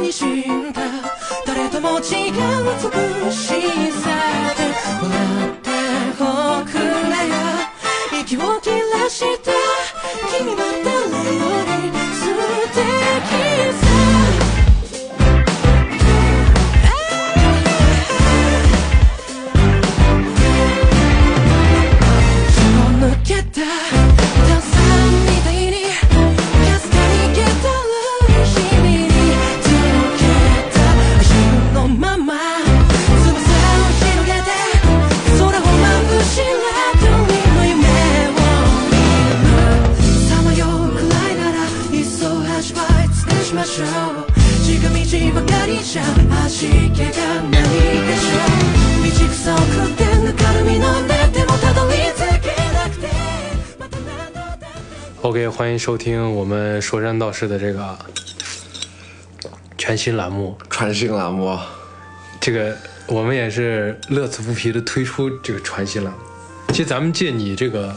に死んだ誰とも違う美しさで笑っておくれよ息を切らして君は誰より素敵さ気を抜けたダンサーみたいにかすかに気取る日々に溶けた自のまま翼を広げて空をまぶしらとの夢を見るさまようくらいならいっそ味わい尽くしましょう近道ばかりじゃ味気がないでしょう道草を食ってぬかるみ飲んでてもたどり着けなくてまた何度だって OK，欢迎收听我们说山道士的这个全新栏目。传新栏目，这个我们也是乐此不疲的推出这个全新栏目。其实咱们借你这个，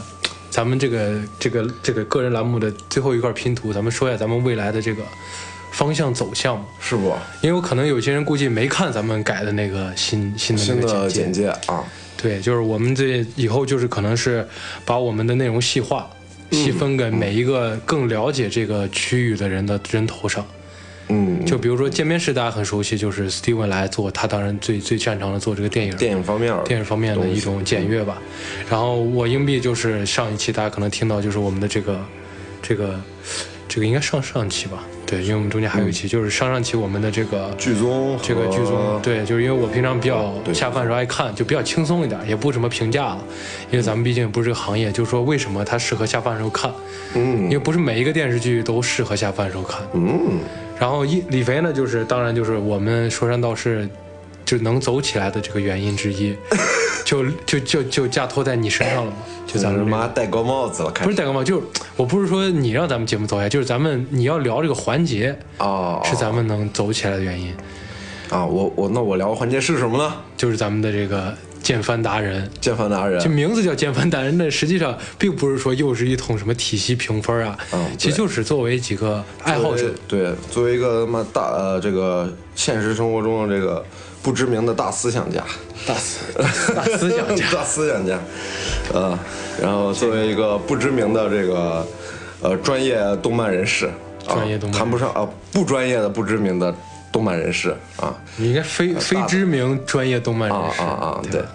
咱们这个这个这个个人栏目的最后一块拼图，咱们说一下咱们未来的这个方向走向吧。是不？因为我可能有些人估计没看咱们改的那个新新的那新个的简简介啊，对，就是我们这以后就是可能是把我们的内容细化，细分给每一个更了解这个区域的人的人头上。嗯，就比如说《见面式》，大家很熟悉，就是 Steven 来做，他当然最最擅长的做这个电影。电影方面儿，电影方面的一种检阅吧，然后我硬币就是上一期大家可能听到就是我们的这个，这个，这个应该上上期吧，对，因为我们中间还有一期、就是上上期我们的这个剧综，这个剧综，，对，就是因为我平常比较哦对下饭时候爱看，就比较轻松一点，也不什么评价了，因为咱们毕竟也不是这个行业，就是说为什么它适合下饭时候看，因嗯为不是每一个电视剧都适合下饭时候看。嗯，然后一李肥呢，就是当然就是我们说山道士就能走起来的这个原因之 一，就就就就嫁托在你身上了嘛，就咱咱们们这妈个。戴高帽子了，开不始是戴高帽，就是我不是说你让咱们节目走下来，就是咱们你要聊这个环节，哦，是咱们能走起来的原因，啊，我我那我聊个环节是什么呢？就是咱们的这个剑帆达人，剑凡达这人，名字叫剑凡达人，但实际上并不是说又是一桶什么体系评分啊，嗯对其实就是作为几个爱好者，对，作为一个他妈大呃这个现实生活中的这个不知名的大思想家，大思大思想家， 大思想家，呃，然后作为一个不知名的这个呃专业动漫人士，啊专业动漫人士谈不上啊、不专业的不知名的动漫人士啊你应该非非知名专业动漫啊人士啊啊，对对吧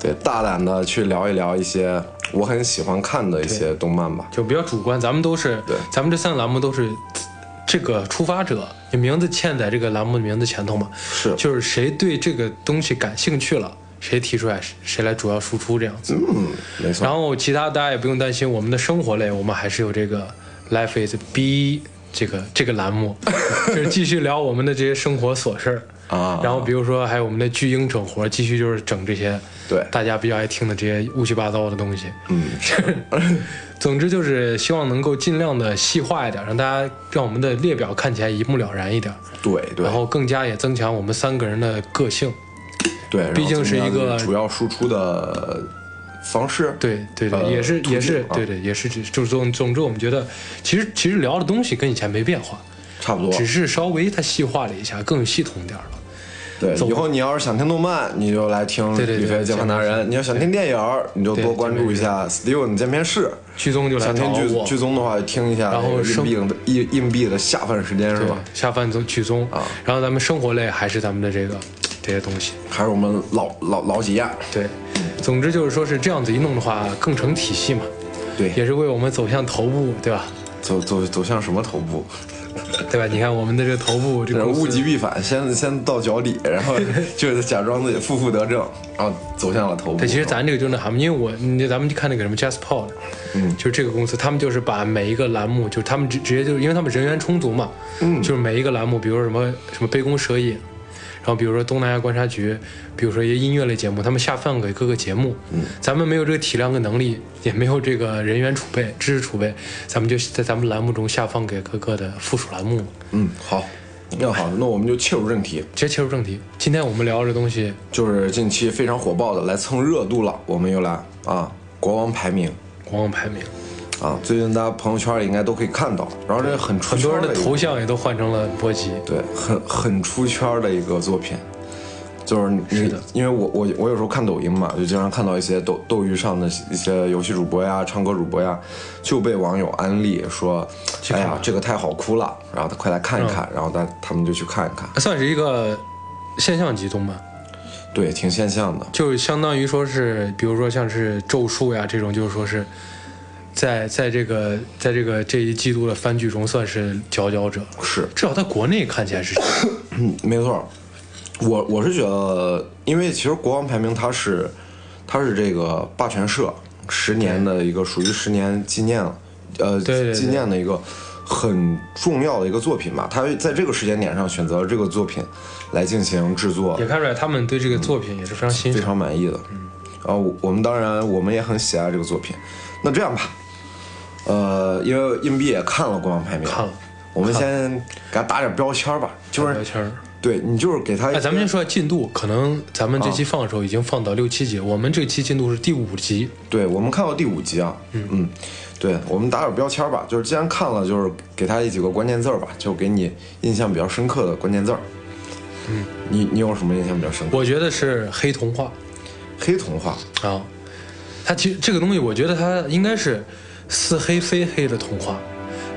对，大胆的去聊一聊一些我很喜欢看的一些动漫吧，就比较主观，咱们都是对，咱们这三个栏目都是这个出发者，你名字嵌在这个栏目名字前头嘛，是就是谁对这个东西感兴趣了，谁提出来，谁来主要输出这样子。嗯，没错然，后其他大家也不用担心，我们的生活类我们还是有这个 Life is B 这个这个栏 目，就是继续聊我们的这些生活琐事儿啊然后比如说还有我们的巨婴整活，继续就是整这些对大家比较爱听的这些乌七八糟的东西。嗯， 总之就是希望能够尽量的细化一点，让大家让我们的列表看起来一目了然一点，对对然后更加也增强我们三个人的个性。对，然后毕竟是一个增加主要输出的方式，对对对，呃也是途径也是啊对对也是只就是总总之我们觉得，其实其实聊的东西跟以前没变化，差不多，只是稍微它细化了一下，更有系统点儿了。对，走以后你要是想听动漫，你就来听对对对李飞键盘达人；你要想听电影儿，你就对多关注一下 Steven 键片室。剧综就来想找听剧我，剧综的话，听一下然后这生个硬币的硬硬币的下饭时间是对吧？下饭综剧综啊，然后咱们生活类还是咱们的这个这些东西。还是我们老老老几样？对，总之就是说是这样子一弄的话，更成体系嘛，也对，是为我们走向头部，对吧？走走走向什么头部？对吧？你看我们的这个头部，这然个后公司呃物极必反，先先到脚底，然 后就是假装自己负负得正，然后走向了头部。对，其实是吧咱这个就是那啥嘛，因为我你咱们去看那个什么 JazzPod，嗯，就是这个公司，他们就是把每一个栏目，就是他们直直接就是因为他们人员充足嘛，嗯，就是每一个栏目，比如说什么什么杯弓蛇影，然后比如说东南亚观察局，比如说一些音乐类节目，他们下放给各个节目，嗯，咱们没有这个体量跟能力，也没有这个人员储备、知识储备，咱们就在咱们栏目中下放给各个的附属栏目嘛。嗯好，那好，那我们就切入正题，直接切入正题，今天我们聊这东西，就是近期非常火爆的来蹭热度了，我们又来啊，国王排名。国王排名。啊，最近大家朋友圈里应该都可以看到。然后这很出很圈多人的一个头像也都换成了波吉。对，很很出圈的一个作品，就是你，嗯因为我我我有时候看抖音嘛，就经常看到一些斗斗鱼上的一些游戏主播呀、唱歌主播呀，就被网友安利说，哎呀，这个太好哭了，然后他快来看一看，嗯然后他他们就去看一看，算是一个现象级动漫，对，挺现象的，就相当于说是，比如说像是《咒术》呀这种，就是说是在在这个在这个这一季度的番剧中算是佼佼者，是，至少在国内看起来是这样。嗯，没错，我我是觉得，因为其实国王排名它是它是这个霸权社十年的一个属于十年纪念了，呃，对对对纪念的一个很重要的一个作品吧。它在这个时间点上选择了这个作品来进行制作，也看出来他们对这个作品也是非嗯常欣非赏。常满意的。啊，我我们当然我们也很喜爱这个作品。那这样吧，呃，因为硬币也看了国王排名，看了我们先给它打点标签吧，就是标签儿。对你就是给它一哎，些，咱们先说下进度，可能咱们这期放的时候已经放到六七集，我们这期进度是第五集，对，我们看到第五集啊，嗯对，我们打点标签吧，就是既然看了，就是给他几个关键字儿吧，就给你印象比较深刻的关键字儿。嗯，你你有什么印象比较深刻？我觉得是黑童话黑童话，啊。它其实这个东西，我觉得它应该是似黑非黑的童话。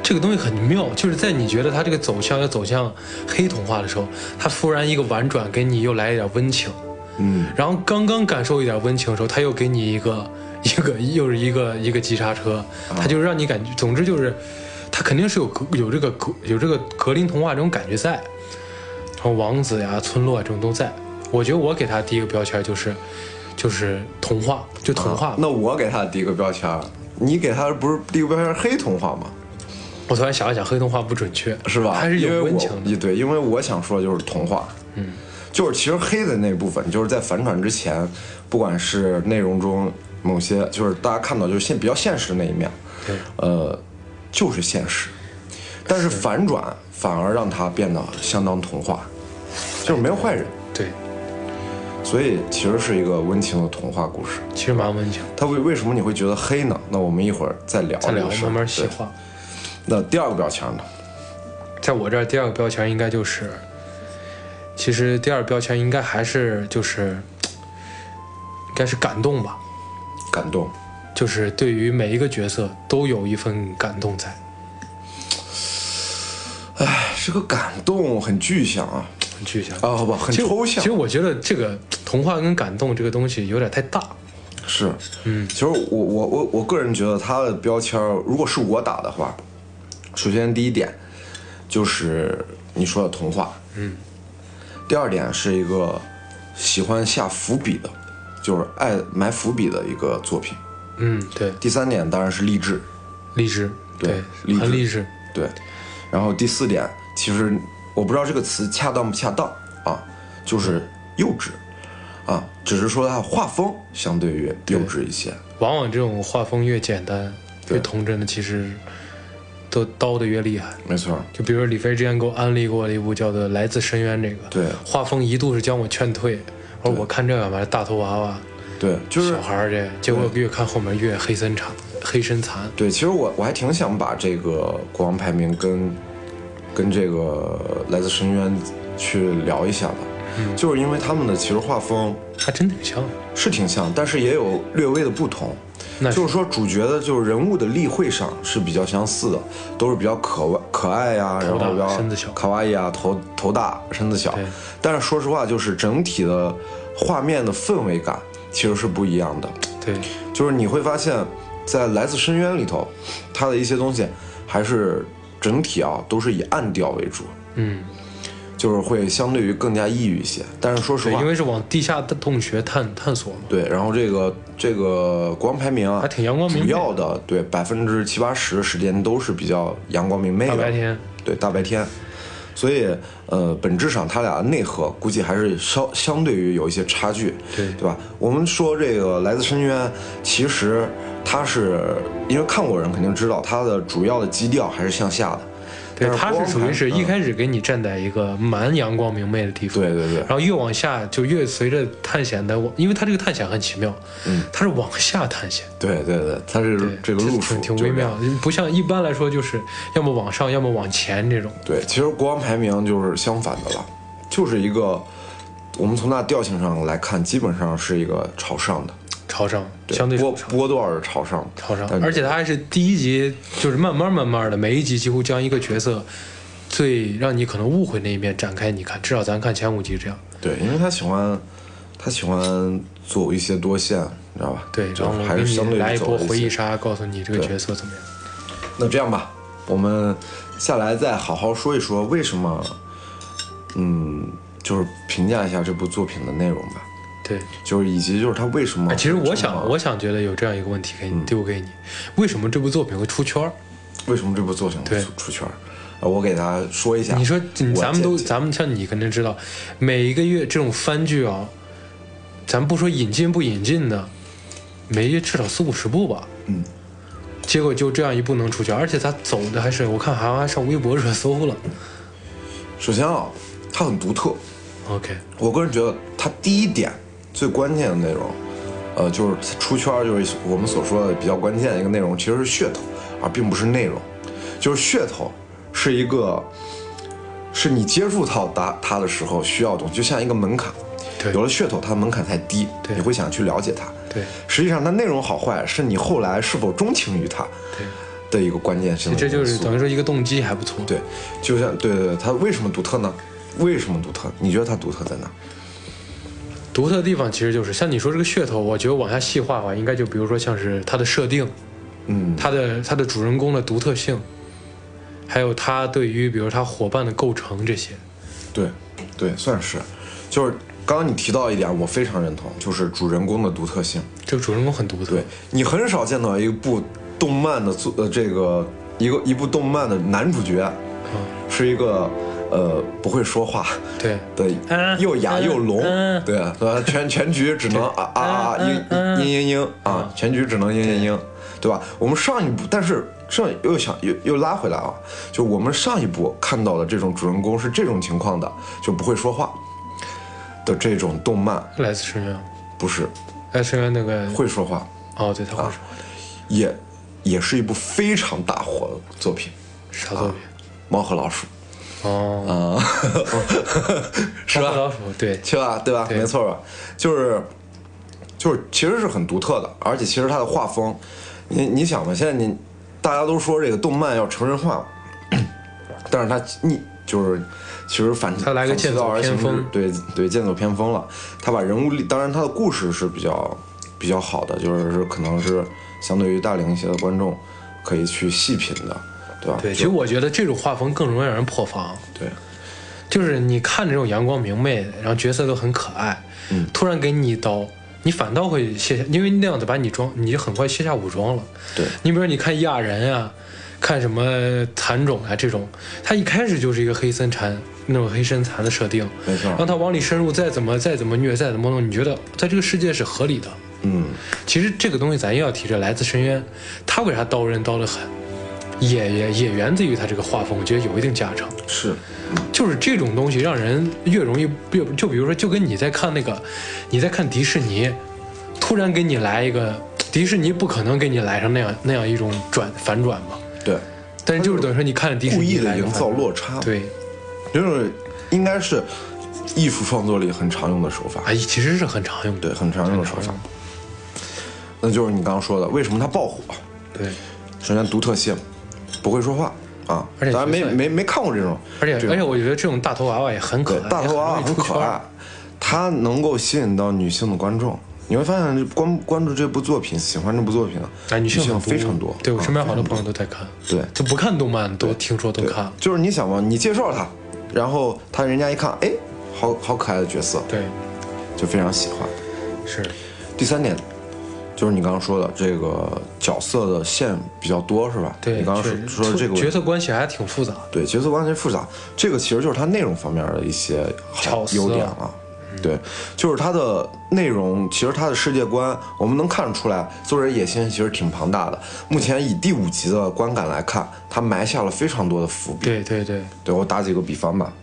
这个东西很妙，就是在你觉得它这个走向要走向黑童话的时候，它忽然一个婉转，给你又来一点温情。嗯，然后刚刚感受一点温情的时候，他又给你一个 一个又是一个一个急刹车，嗯他就让你感觉，总之就是，他肯定是有格有这个格有这个格林童话这种感觉在，然后王子呀、村落啊这种都在。我觉得我给他第一个标签就是就是童话，就童话。啊嗯那我给他的第一个标签儿，你给他不是第一个标签儿黑童话吗？我突然想了想，黑童话不准确，是吧？还是因为有我温情的。对，因为我想说的就是童话，嗯，就是其实黑的那部分，就是在反转之前，不管是内容中某些，就是大家看到就是现比较现实的那一面，对，呃，就是现实，但是反转反而让它变得相当童话，就是没有坏人，对，所以其实是一个温情的童话故事。其实蛮温情的。它为为什么你会觉得黑呢？那我们一会儿再聊再这聊个，事儿。慢慢细哦对化。那第二个标签呢？在我这儿第二个标签应该就是，其实第二标签应该还是就是，应该是感动吧，感动。就是对于每一个角色都有一份感动在，哎，这个感动很具象啊。很具象。啊，不，很其实我抽其象实。我觉得这个童话跟感动这个东西有点太大，是，嗯，其实我我我我个人觉得他的标签儿，如果是我打的话，首先第一点就是你说的童话，嗯，第二点是一个喜欢下伏笔的，就是爱埋伏笔的一个作品。嗯，对，第三点当然是励志，励志，对励很志励志，对，然后第四点，其实我不知道这个词恰当不恰当啊，就是幼稚啊，只是说它画风相对于幼稚一些。往往这种画风越简单越童真的，其实都刀的越厉害。没错，就比如李飞之前给我安利过的一部叫做《来自深渊》，这个对画风一度是将我劝退，我说我看这干嘛？大头娃娃、对，就是小孩儿这，结果越看后面越黑森惨，黑身残。对。其实我我还挺想把这个国王排名跟跟这个来自深渊去聊一下的，嗯就是因为他们的其实画风还真挺像的。是挺像，但是也有略微的不同。那是就是说，主角的就是人物的立绘上是比较相似的，都是比较可爱可爱呀、然后大比较身子小卡哇伊啊，头头大身子小对。但是说实话，就是整体的画面的氛围感其实是不一样的。对，就是你会发现，在《来自深渊》里头，它的一些东西还是整体啊都是以暗调为主，嗯，就是会相对于更加抑郁一些。但是说实对，话因，为是往地下的洞穴探探索嘛。对，然后这个这个国王排名啊，还挺阳光明媚主要的对百分之七八十时间都是比较阳光明媚的，大白天，对大白天。所以，呃，本质上它俩内核估计还是稍相对于有一些差距，对对吧？我们说这个来自深渊，其实它是因为看过人肯定知道，它的主要的基调还是向下的，对但，他国是王属于牌是一嗯开始给你站在一个蛮阳光明媚的地方，对对对然后越往下就越随着探险的往，因为他这个探险很奇妙，嗯，他是往下探险，嗯对对对，它对是，嗯这个路数挺挺就微是这妙样。，不像一般来说就是要么往上，要么往前这种，对，其实国王排名就是相反的了，就是一个我们从它调性上来看，基本上是一个朝上的，朝上，对相对波朝上波段是朝上的，朝上但，而且他还是第一集，就是慢慢慢慢的，每一集几乎将一个角色最让你可能误会那一面展开，你看，至少咱看前五集这样，对，因为他喜欢他喜欢走一些多线，你知道吧？对，就然后还给是你相对来一走波了回忆些。杀，告诉你这个对角色怎么样。那这样吧，我们下来再好好说一说为什么，嗯，就是评价一下这部作品的内容吧，对，就是以及就是他为什么哎，会其实哦这么。嗯我想，我想觉得有这样一个问题给你丢给你，为什么这部作品会出圈儿？为什么这部作品对会出出圈儿？呃我给大家说一下。你说，你我咱们都，见解咱们像你肯定知道，每一个月这种番剧啊，咱不说引进不引进的，每月至少四五十部吧。嗯。结果就这样一部能出圈，而且他走的还是我看好像还上微博热搜了。首先啊，它很独特。 OK，我个人觉得，它第一点最关键的内容，呃，就是出圈儿，就是我们所说的比较关键的一个内容，其实是噱头，而并不是内容。就是噱头是一个，是你接触到它它的时候需要的东西，就像一个门槛。对有了噱头，它门槛太低，对你会想去了解它。对实际上它内容好坏是你后来是否钟情于它对，的一个关键性的因素。这就是等于说一个动机还不错。嗯对，就像对对对，它为什么独特呢？为什么独特？你觉得它独特在哪？独特的地方其实就是像你说这个噱头，我觉得往下细化的话，应该就比如说像是它的设定，嗯，它的它的主人公的独特性，还有他对于比如他伙伴的构成这些，对，对，算是，就是刚刚你提到一点，我非常认同，就是主人公的独特性。这个主人公很独特对。你很少见到一部动漫的作呃这个一个一部动漫的男主角嗯是一个呃不会说话。对对啊，又哑又聋啊，对，呃，全全局只能啊啊啊，嗯嘤嘤嘤嘤啊，全局只能嘤嘤嘤，对吧？我们上一部，但是上又想又又拉回来啊，就我们上一部看到的这种主人公是这种情况的，就不会说话的这种动漫，来自深渊，不是来自深渊那个会啊说话，哦，对，他会说也也是一部非常大火的作品，啥作品？ 《猫和老鼠哦，》啊，是吧啊猫和？老鼠，对，去吧，对吧？对没错吧？啊就是就是，其实是很独特的，而且其实它的画风，你你想吧，现在你大家都说这个动漫要成人化， 但是它逆就是其实反它来个反其剑走道而行偏之锋对对，剑走偏锋了。它把人物立，当然它的故事是比较比较好的，就是是可能是相对于大龄一些的观众可以去细品的，对吧？对，其实我觉得这种画风更容易让人破防。对就是你看着这种阳光明媚，然后角色都很可爱，嗯突然给你一刀，你反倒会卸下，因为那样子把你装，你就很快卸下武装了。对你比如说你看亚人啊，看什么蚕种啊这种，他一开始就是一个黑森蚕那种黑身蚕的设定，没错然后他往里深入，再怎么再怎么虐，再怎么弄，你觉得在这个世界是合理的。嗯，其实这个东西咱也要提着，来自深渊，他为啥刀人刀得很，也也也源自于他这个画风，我觉得有一定加成。是，就是这种东西让人越容易越就比如说，就跟你在看那个，你在看迪士尼，突然给你来一个迪士尼不可能给你来上那样那样一种转反转嘛，对，但是就是等于说你看了迪士故尼意来的一个营反造转，落差，。对，就是应该是艺术创作里很常用的手法，啊，其实是很常用的，对，很常用的手法。那就是你刚刚说的，为什么它爆火？对，首先独特性，不会说话啊，而且当然没角色没没看过这种，而且这种而且我觉得这种大头娃娃也很可对爱，大头娃娃也容易很出可圈爱，它能够吸引到女性的观众。你会发现，关关注这部作品，喜欢这部作品，啊哎，女女性性很非常多。对我啊身边好多非朋常友都在看，对就不看动漫都听说都对看了，就是你想嘛，你介绍他，然后他人家一看，哎，好好可爱的角色，对，就非常喜欢。是，第三点，就是你刚刚说的这个角色的线比较多，是吧？对，你刚刚说确实说的这个问角题色关系还挺复杂的。对角色关系复杂，这个其实就是它内容方面的一些好巧思啊优点了。嗯，对，就是它的内容，其实它的世界观，我们能看出来，作者野心其实挺庞大的。目前以第五集的观感来看，他埋下了非常多的伏笔。对对对，对我打几个比方吧，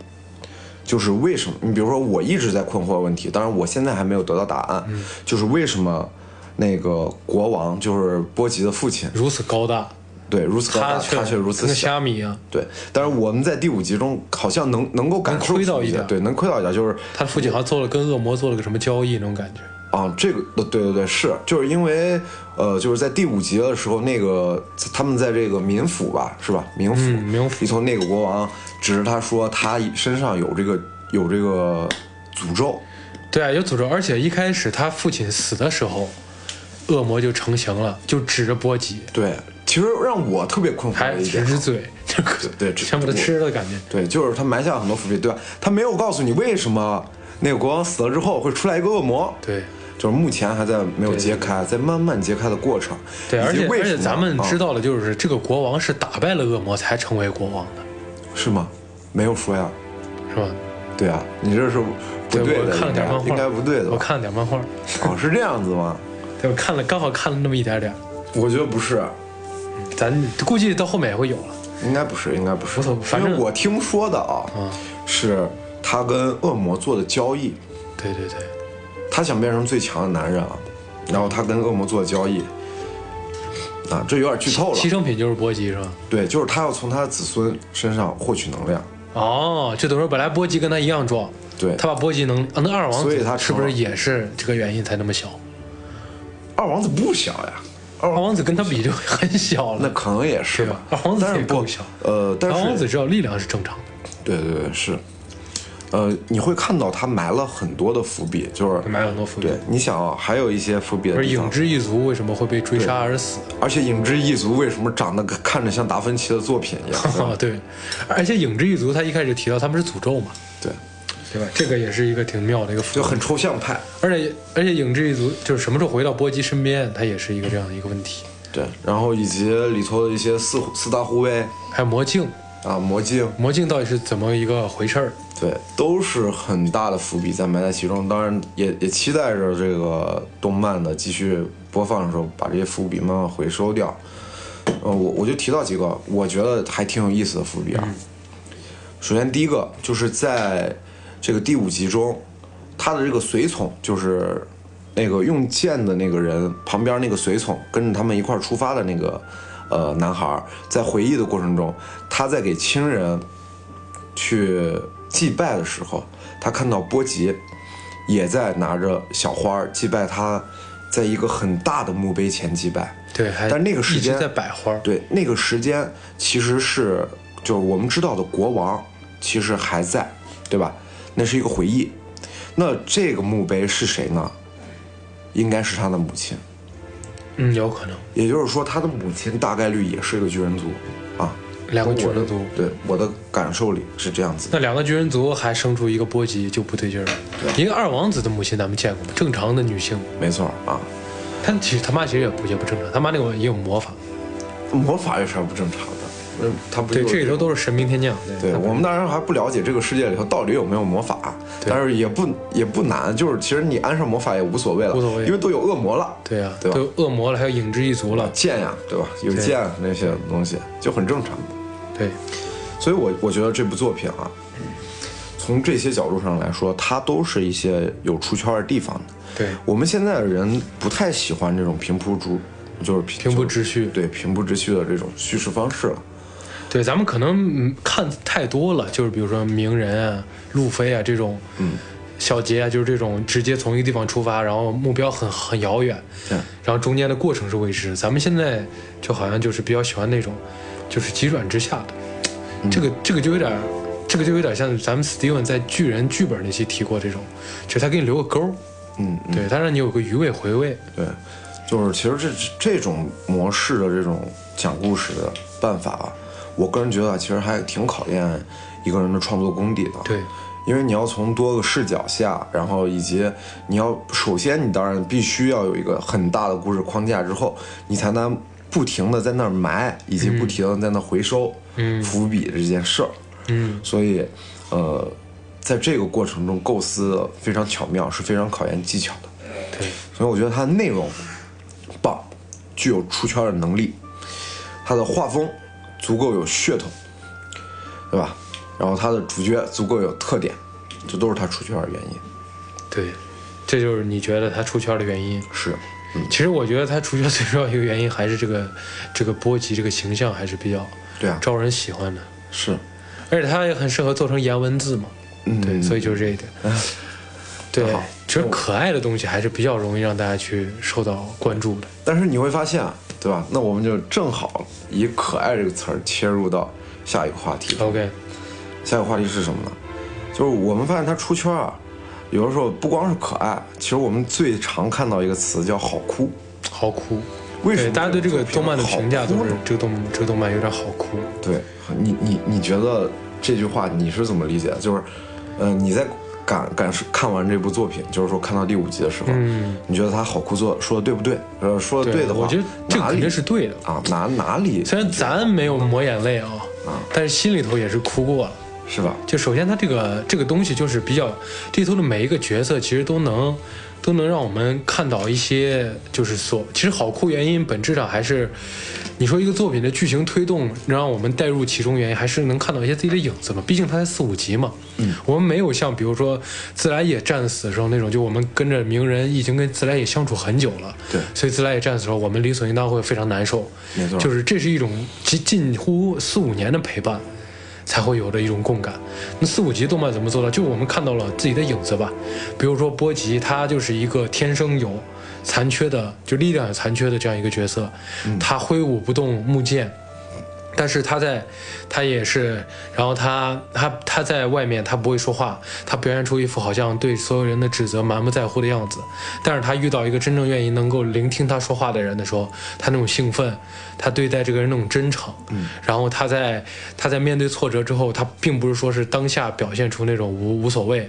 就是为什么？你比如说，我一直在困惑的问题，当然我现在还没有得到答案，嗯就是为什么那个国王，就是波吉的父亲，如此高大，对如此高大，却他却如此跟个小。虾米啊，对，但是我们在第五集中好像能能够感能受窥出到一些点对，能窥到一点，就是他的父亲好像做了跟恶魔做了个什么交易那种感觉。啊，这个呃对对对，是，就是因为呃，就是在第五集的时候，那个他们在这个民府吧，是吧？民府，嗯民府一从那个国王指着他说，他身上有这个有这个诅咒，对啊，有诅咒，而且一开始他父亲死的时候，恶魔就成型了，就指着波吉，对，其实让我特别困惑还的一指点，着嘴，就对指想把他我吃了的感觉。对，就是他埋下了很多伏笔，对吧？他没有告诉你为什么那个国王死了之后会出来一个恶魔，对就是目前还在没有揭开，在慢慢揭开的过程，对，以而及且为而什且么咱们啊知道了，就是这个国王是打败了恶魔才成为国王的，是吗？没有说呀。是吧？对啊，你这是不对我的，看了应该点漫画，应该不对我的吧？看了点漫画，哦，是这样子吗？对，我看了刚好看了那么一点点，我觉得不是，咱估计到后面也会有了。应该不是，应该不是无所谓。反因为正我听说的啊，是他跟恶魔做的交易，对对对，他想变成最强的男人啊，然后他跟恶魔做的交易，啊，这有点剧透了牺。牲品就是波吉是吧？对，就是他要从他的子孙身上获取能量，哦，就等于说本来波吉跟他一样壮，对他把波吉能啊，那二王所以子他是成不是了也是这个原因才那么小？二王子不小呀，二二王王子跟他比就很小那了，可能也是对吧吧。二王子但也是不够小呃，但二是王子知道力量是正常的，对对对，是，呃，你会看到他埋了很多的伏笔，就是埋了很多伏笔对，你想啊，还有一些伏笔的而地影方，之一族为什么会被追杀而死？而且影之一族为什么长得看着像达芬奇的作品一 样？对吧啊，对，而且影之一族他一开始提到他们是诅咒嘛，对，对吧？这个也是一个挺妙的一个伏就笔。很抽象派。而且而且影之一族就是什么时候回到波吉身边，他也是一个这样的一个问题。对，然后以及里头的一些四四大护卫还有魔镜，啊，魔镜，魔镜到底是怎么一个回事儿？对，都是很大的伏笔在埋在其中。当然也，也期待着这个动漫的继续播放的时候，把这些伏笔慢慢回收掉。呃，我我就提到几个我觉得还挺有意思的伏笔啊。首先，第一个就是在这个第五集中，他的这个随从就是那个用剑的那个人旁边那个随从，跟着他们一块儿出发的那个呃男孩儿，在回忆的过程中，他在给亲人去祭拜的时候，他看到波吉也在拿着小花儿祭拜他，在一个很大的墓碑前祭拜。对，还但那个时一间直在摆花儿，对，那个时间其实是就是我们知道的国王其实还在，对吧？那是一个回忆。那这个墓碑是谁呢？应该是他的母亲，嗯，有可能也就是说，他的母亲大概率也是一个巨人族啊。两个我巨的人族，对我的感受里是这样子的。那两个巨人族还生出一个波吉就不对劲儿了。一个二王子的母亲咱们见过吗？正常的女性，没错啊，她其实他妈其实也不也不正常，他妈那个也有魔法。魔法有啥不正常的？那他不对，就是这个时候都是神兵天降。对我们当然还不了解这个世界里头到底有没有魔法，但是也不也不难，就是其实你安上魔法也无所谓了，无所谓因为都有恶魔了，对啊，对吧都有恶魔了，还有影之一族了。剑呀、对吧？有剑啊那些东西就很正常。对，所以我我觉得这部作品啊，从这些角度上来说，它都是一些有出圈的地方的。对我们现在的人不太喜欢这种平铺直，就是平平铺直叙对平铺直叙的这种叙事方式了。对，咱们可能嗯看太多了，就是比如说鸣人啊、路飞啊这种，嗯，小杰啊，就是这种直接从一个地方出发，然后目标很很遥远，对然后中间的过程是未知。咱们现在就好像就是比较喜欢那种，就是急转直下的，嗯这个这个就有点儿，这个就有点像咱们 Steven 在巨人剧本那期提过这种，就是他给你留个钩，嗯，对，他让你有个余味回味，对，就是其实这这种模式的这种讲故事的办法啊，我个人觉得啊其实还挺考验一个人的创作功底的。对，因为你要从多个视角下，然后以及你要首先你当然必须要有一个很大的故事框架，之后你才能不停的在那儿埋，以及嗯不停的在那儿回收伏笔这件事儿。嗯，所以，呃，在这个过程中构思的非常巧妙，是非常考验技巧的。对，所以我觉得它的内容棒，具有出圈的能力，它的画风足够有噱头，对吧？然后它的主角足够有特点，这都是它出圈的原因。对，这就是你觉得他出圈的原因。是，其实我觉得他出圈最主要一个原因还是这个 这个波吉这个形象还是比较对啊招人喜欢的，是，而且他也很适合做成颜文字嘛。嗯，对，所以就是这一点。对，其实可爱的东西还是比较容易让大家去受到关注的。但是你会发现啊，对吧？那我们就正好以“可爱”这个词儿切入到下一个话题。 OK，下一个话题是什么呢？就是我们发现它出圈啊，有的时候不光是可爱，其实我们最常看到一个词叫“好哭好哭。为什对么大家对这个这动种作品漫的评价好哭都是呢这个动这个动漫有点好哭？”。对，你你你觉得这句话你是怎么理解的？就是，呃，你在感感受看完这部作品，就是说看到第五集的时候，嗯你觉得他好哭做说的对不对？呃，说的对的话，我觉得这个哪肯里定是对的。啊，哪哪里虽然咱没有抹眼泪啊，但是心里头也是哭过了。是吧？就首先，它这个这个东西就是比较，这里头的每一个角色其实都能都能让我们看到一些，就是所其实好哭原因本质上还是，你说一个作品的剧情推动能让我们带入其中原因，还是能看到一些自己的影子嘛？毕竟它才四五集嘛，嗯，我们没有像比如说《自来也战死》的时候那种，就我们跟着鸣人已经跟自来也相处很久了，对所以《自来也战死》的时候，我们理所应当会非常难受，没错就是这是一种近近乎四五年的陪伴。才会有的一种共感。那四五集动漫怎么做到？就我们看到了自己的影子吧。比如说波吉，他就是一个天生有残缺的，就力量有残缺的这样一个角色，嗯他挥舞不动木剑。但是他在，他也是，然后他他他在外面他不会说话，他表现出一副好像对所有人的指责满不在乎的样子。但是他遇到一个真正愿意能够聆听他说话的人的时候，他那种兴奋，他对待这个人那种真诚，然后他在他在面对挫折之后，他并不是说是当下表现出那种无无所谓，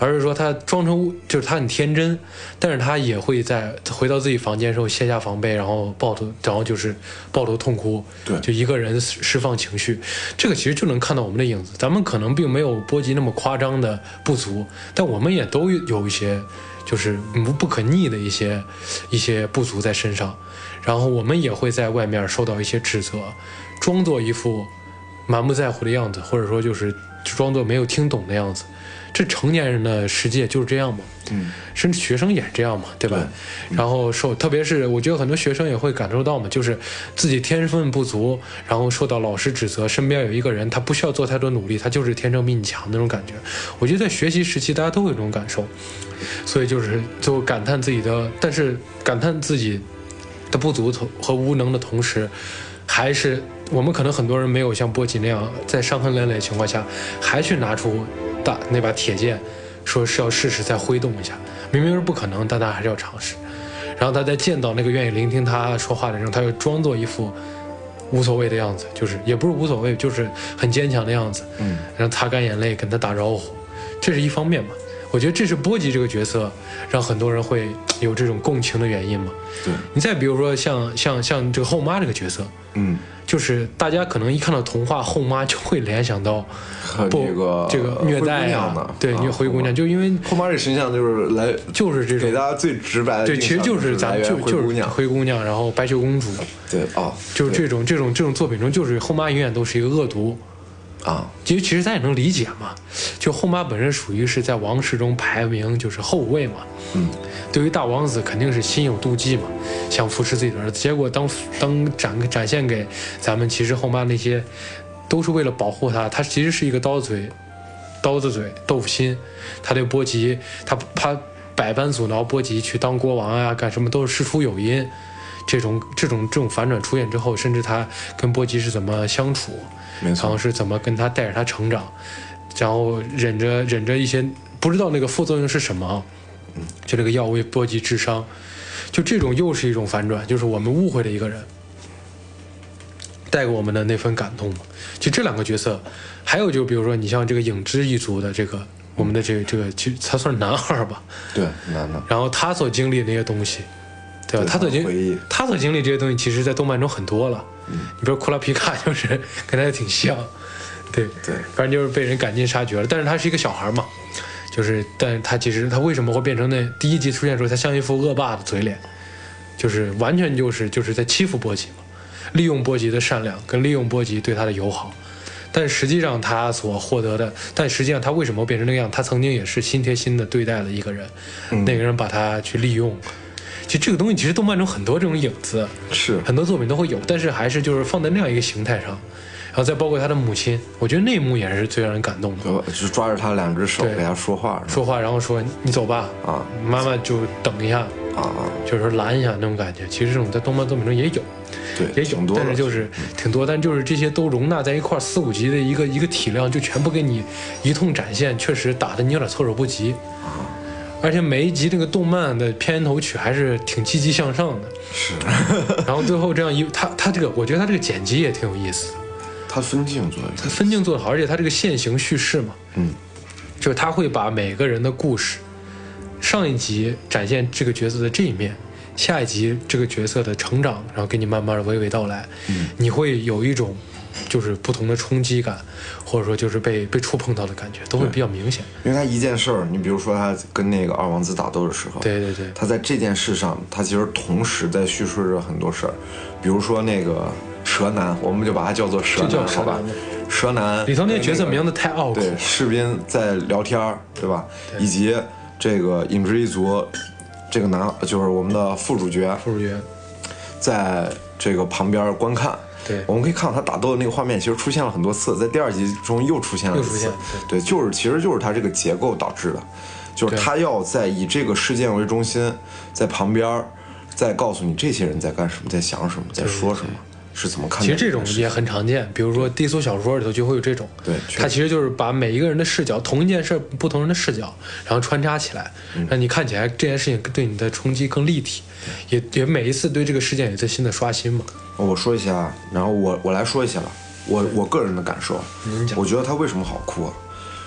而是说他装成就是他很天真，但是他也会在回到自己房间的时候卸下防备，然后抱头，然后就是抱头痛哭，对就一个人释释放情绪，这个其实就能看到我们的影子。咱们可能并没有波及那么夸张的不足，但我们也都有一些就是无不可逆的一些一些不足在身上，然后我们也会在外面受到一些指责，装作一副满不在乎的样子，或者说就是就装作没有听懂的样子。这成年人的世界就是这样嘛，嗯，甚至学生也是这样嘛，对吧？然后受，特别是我觉得很多学生也会感受到嘛，就是自己天分不足，然后受到老师指责，身边有一个人他不需要做太多努力，他就是天生比你强那种感觉。我觉得在学习时期大家都会有这种感受，所以就是最后感叹自己的，但是感叹自己的不足和无能的同时，还是我们可能很多人没有像波吉那样，在伤痕累累的情况下，还去拿出大那把铁剑，说是要试试再挥动一下，明明是不可能，但他还是要尝试。然后他在见到那个愿意聆听他说话的人，他又装作一副无所谓的样子，就是也不是无所谓，就是很坚强的样子。嗯，然后擦干眼泪，跟他打招呼，这是一方面嘛。我觉得这是波吉这个角色让很多人会有这种共情的原因嘛。对，你再比如说像像像这个后妈这个角色，嗯，就是大家可能一看到童话后妈就会联想到和不这个这个虐灰姑待娘啊呢，对，啊虐灰姑娘，就因为后妈这形象就是来就是这给种，大家最直白的对，印象，其实就是咱来们源就灰就姑是娘，灰姑娘，然后白雪公主，对哦，就是对这种这种这种作品中，就是后妈永远都是一个恶毒，啊，其实其实咱也能理解嘛，就后妈本身属于是在王室中排名就是后位嘛，嗯，对于大王子肯定是心有妒忌嘛，想扶持自己的儿子，结果当 当展展现给咱们，其实后妈那些都是为了保护他，他其实是一个刀嘴，刀子嘴豆腐心，他对波吉，他他百般阻挠波吉去当国王啊，干什么都是事出有因。这种这种这种反转出现之后，甚至他跟波吉是怎么相处，没然后错，是怎么跟他带着他成长，然后忍着忍着一些不知道那个副作用是什么啊，就这个药会波及智商，就这种又是一种反转，就是我们误会了一个人，带给我们的那份感动嘛。就这两个角色，还有就比如说你像这个影之一族的这个我们的这个这个，其实他算是男二吧，对男的，然后他所经历的那些东西，对吧？嗯对他所他的回忆嗯经他所经 历这些东西，其实在动漫中很多了。你比如库拉皮卡就是跟他也挺像，对对反正就是被人赶尽杀绝了。但是他是一个小孩嘛，就是，但是他其实他为什么会变成那第一集出现的时候，他像一副恶霸的嘴脸，就是完全就是就是在欺负波吉嘛，利用波吉的善良跟利用波吉对他的友好。但实际上，他所获得的，但实际上他为什么变成那个样？他曾经也是心贴心的对待了一个人，那个人把他去利用。其实这个东西，其实动漫中很多这种影子，是很多作品都会有，但是还是就是放在那样一个形态上，然后再包括他的母亲，我觉得那一幕也是最让人感动的。就呃就抓着他两只手对给他说话，是吧说话，然后说你走吧，啊妈妈就等一下，啊啊，就是说拦一下那种感觉。其实这种在动漫作品中也有，对，也有挺，多的，但是就是挺多，但就是这些都容纳在一块儿四五集的一个一个体量，就全部给你一通展现，确实打的你有点措手不及。而且每一集那个动漫的片头曲还是挺积极向上的，是 然后最后这样一他他这个，我觉得他这个剪辑也挺有意思的。他分镜做的它分镜做得好，而且它这个线形叙事嘛，嗯，就是他会把每个人的故事，上一集展现这个角色的这一面，下一集这个角色的成长，然后给你慢慢的娓娓道来，嗯，你会有一种就是不同的冲击感，或者说就是被被触碰到的感觉，都会比较明显。因为他一件事儿，你比如说他跟那个二王子打斗的时候，对对对他在这件事上，他其实同时在叙述着很多事儿，比如说那个蛇男，我们就把他叫做蛇就叫男，蛇好吧男吧？蛇男里头那个跟角色名字太拗口，对士兵在聊天儿，对吧？以及这个影之一族，这个男就是我们的副主角，副主角，在这个旁边观看。对我们可以看到他打斗的那个画面，其实出现了很多次，在第二集中又出现了一又出现次。对，就是其实就是他这个结构导致的，就是对他要在以这个事件为中心，在旁边儿再告诉你这些人在干什么，在想什么，在说什么，是怎么看其待实的。这种也很常见，比如说低俗小说里头就会有这种，对确实它其实就是把每一个人的视角，同一件事儿不同人的视角，然后穿插起来，嗯让你看起来这件事情对你的冲击更立体，也也每一次对这个事件有一次新的刷新嘛。哦我说一下，啊然后我我来说一下吧，我我个人的感受啊您，讲我觉得它为什么好哭啊？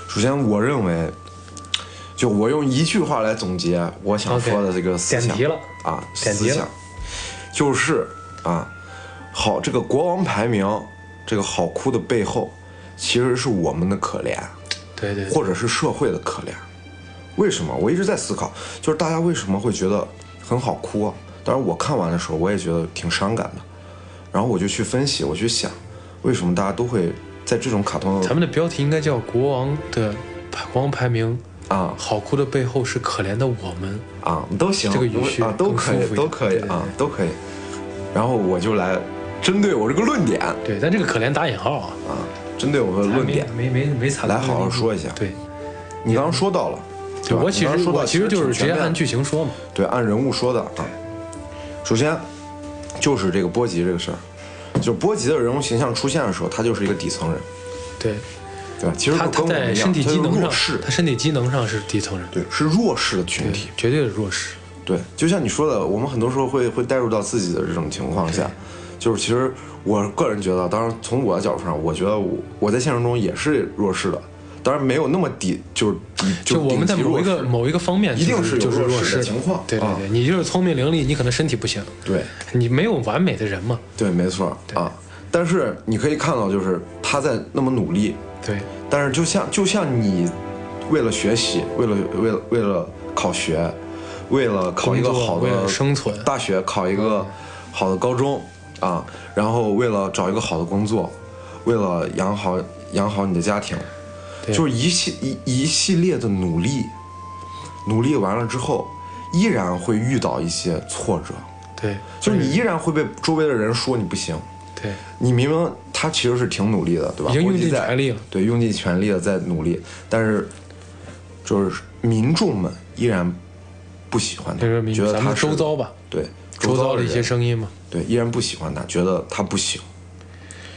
首先，我认为，就我用一句话来总结我想 OK，说的这个思点想题了啊，点题了思想就是啊，好，这个国王排名，这个好哭的背后，其实是我们的可怜，啊对对，对或者是社会的可怜。为什么？我一直在思考，就是大家为什么会觉得很好哭啊？当然，我看完的时候我也觉得挺伤感的，然后我就去分析，我去想，为什么大家都会在这种卡通咱们的标题应该叫《国王的国王排名》，啊好哭的背后是可怜的我们。啊都行，这个语序啊都更可舒以服，一都点可对以对啊，都可以。然后我就来针对我这个论点啊，对，但这个可怜打引号啊，针对我的论没点，没没没踩到来好好那个说一下对，你刚刚说到了，对吧我其你刚刚实说到我其实就是挺直全接面的按剧情说嘛。对，按人物说的啊。首先就是这个波吉这个事儿，就是波吉的人物形象出现的时候，他就是一个底层人，对，对吧？其实他就他跟我们在一身样，体他机是能弱上势，，他身体机能上是底层人，嗯对，是弱势的群体。绝对是弱势。对，就像你说的，我们很多时候会会带入到自己的这种情况下，就是其实我个人觉得，当然从我的角度上，我觉得我我在现实中也是弱势的，当然没有那么底，就是底就是我们在顶级某弱一个势某一个方面一定就是有就是弱弱势势的情况对对啊对，你就是聪明伶俐，你可能身体不行，对你没有完美的人嘛。对，没错啊。但是你可以看到，就是他在那么努力，对但是就像就像你为了学习，为了为了为了考学，为了考一个工作好为了的生存大学考一个好的高中啊，然后为了找一个好的工作，为了养好养好你的家庭，对就是一系一一系列的努力，努力完了之后，依然会遇到一些挫折，对就是你依然会被周围的人说你不行。对，你明明他其实是挺努力的，对吧？已经用国际尽在全力了对，用尽全力了在努力，但是就是民众们依然不喜欢就他是，民觉得咱他们是周遭吧，对周遭的一些人声音嘛，对依然不喜欢他，觉得他不行。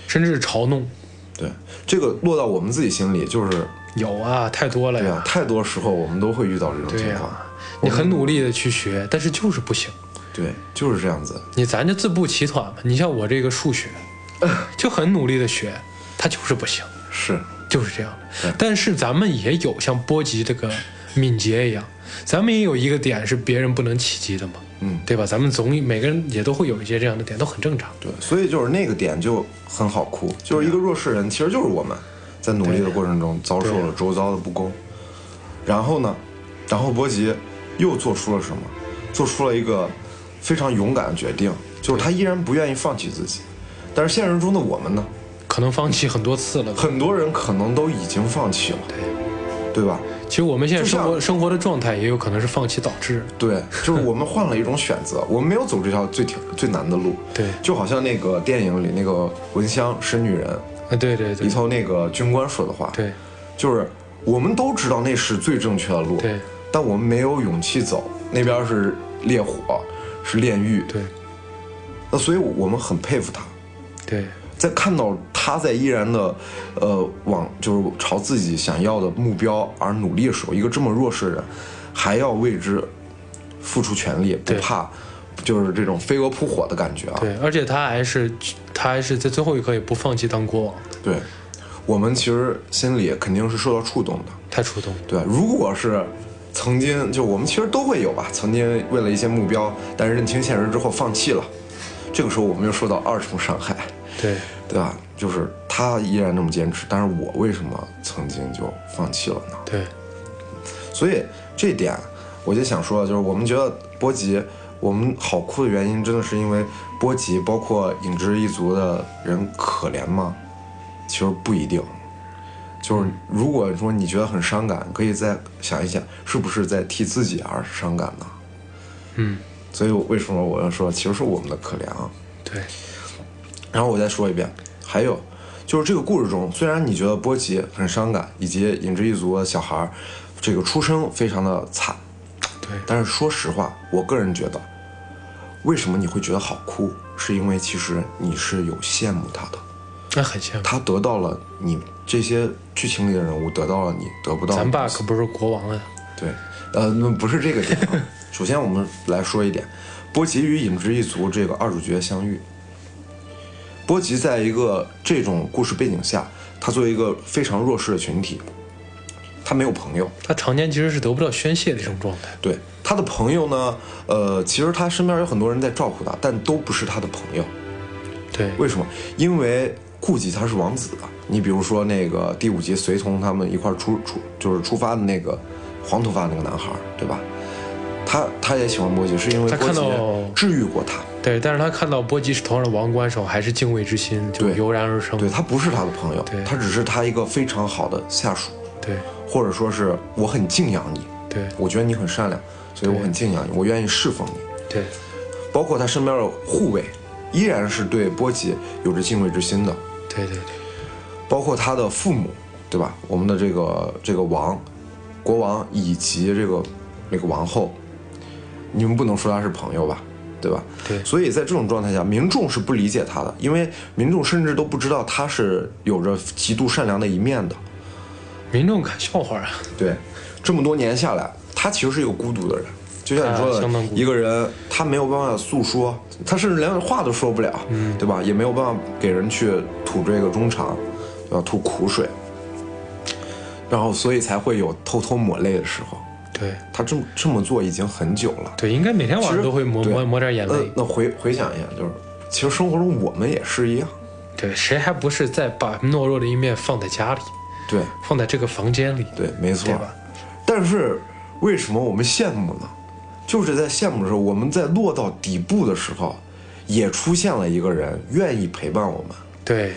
甚至是嘲弄，对，这个落到我们自己心里，就是有啊，太多了对呀呀，，太多时候我们都会遇到啊这种对情呀况，，你很努力的去学，但是就是不行，对，就是这样子。你咱就自不其短嘛。你像我这个数学， 就很努力的学，它就是不行。是，就是这样的。但是咱们也有像波及这个敏捷一样，咱们也有一个点是别人不能企及的嘛，嗯对吧？咱们总每个人也都会有一些这样的点，都很正常。对，所以就是那个点就很好哭，就是一个弱势人，其实就是我们，在努力的过程中遭受了周遭的不公，然后呢，然后波吉又做出了什么？做出了一个非常勇敢的决定，就是他依然不愿意放弃自己。但是现实中的我们呢，可能放弃很多次了。很多人可能都已经放弃了，对吧？其实我们现在就生像活生活的状态也有可能是放弃导致。对，就是我们换了一种选择，我们没有走这条最挺最难的路。对就好像那个电影里那个闻香识女人啊，对对对里头那个军官说的话，对，就是我们都知道那是最正确的路，对，但我们没有勇气走，那边是烈火，是炼狱，对那所以我们很佩服他，对在看到他在依然的，呃，往就是朝自己想要的目标而努力的时候，一个这么弱势的人，还要为之付出全力，不对怕，就是这种飞蛾扑火的感觉啊。对，而且他还是他还是在最后一刻也不放弃当国王，对，我们其实心里肯定是受到触动的。太触动了。对，如果是曾经就我们其实都会有吧，曾经为了一些目标，但是认清现实之后放弃了，这个时候我们又受到二重伤害，对对吧？就是他依然那么坚持，但是我为什么曾经就放弃了呢？对所以这一点我就想说，就是我们觉得波吉。我们好哭的原因，真的是因为波吉包括影之一族的人可怜吗？其实不一定。就是如果说你觉得很伤感，可以再想一想，是不是在替自己而伤感呢？嗯，所以为什么我要说，其实是我们的可怜啊。对然后我再说一遍，还有就是这个故事中，虽然你觉得波吉很伤感，以及影之一族的小孩儿这个出生非常的惨，对但是说实话，我个人觉得，为什么你会觉得好哭，是因为其实你是有羡慕他的，那很羡慕。他得到了你这些剧情里的人物得到了你得不到的咱东爸西。可不是国王啊，对，呃，那不是这个点 啊。首先，我们来说一点，波吉与影之一族这个二主角相遇。波吉在一个这种故事背景下，他作为一个非常弱势的群体，他没有朋友。他常年其实是得不到宣泄的一种状态。对他的朋友呢，呃，其实他身边有很多人在照顾他，但都不是他的朋友。对为什么？因为顾及他是王子啊。你比如说那个第五集随从他们一块儿出出就是出发的那个黄头发那个男孩儿，对吧？他他也喜欢波吉，是因为他波看吉到嗯治愈过他，对，但是他看到波吉是头上的王冠的时候，还是敬畏之心就对油然而生。对他不是他的朋友对，他只是他一个非常好的下属，对或者说是我很敬仰你，对我觉得你很善良，所以我对很敬仰你，我愿意侍奉你。对包括他身边的护卫，依然是对波吉有着敬畏之心的。对对对包括他的父母，对吧？我们的这个这个王，国王以及这个那个王后，你们不能说他是朋友吧，对吧？对所以在这种状态下，民众是不理解他的，因为民众甚至都不知道他是有着极度善良的一面的。民众看笑话啊，对，这么多年下来，他其实是一个孤独的人。就像你说啊他相的当，孤独一个人他没有办法诉说，他甚至连话都说不了，嗯对吧？也没有办法给人去吐这个衷肠，对吧？吐苦水，然后所以才会有偷偷抹泪的时候。对他这么这么做已经很久了，对，应该每天晚其上实都会抹对抹抹点眼呃泪。那回回想一下，就是其实生活中我们也是一样，对，谁还不是在把懦弱的一面放在家里，对放在这个房间里？对，没错对吧。但是为什么我们羡慕呢？就是在羡慕的时候，我们在落到底部的时候，也出现了一个人愿意陪伴我们，对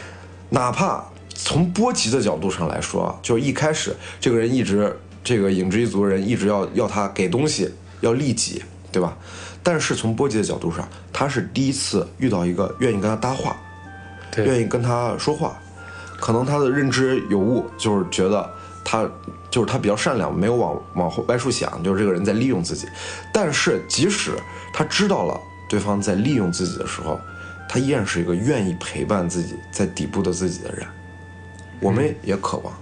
哪怕从波及的角度上来说啊，就是一开始这个人一直这个影之一族人一直要要他给东西，要利己，对吧？但是从波及的角度上，他是第一次遇到一个愿意跟他搭话，对愿意跟他说话，可能他的认知有误，就是觉得他就是他比较善良，没有往往后歪处想，就是这个人在利用自己。但是即使他知道了对方在利用自己的时候，他依然是一个愿意陪伴自己在底部的自己的人。我们也渴望，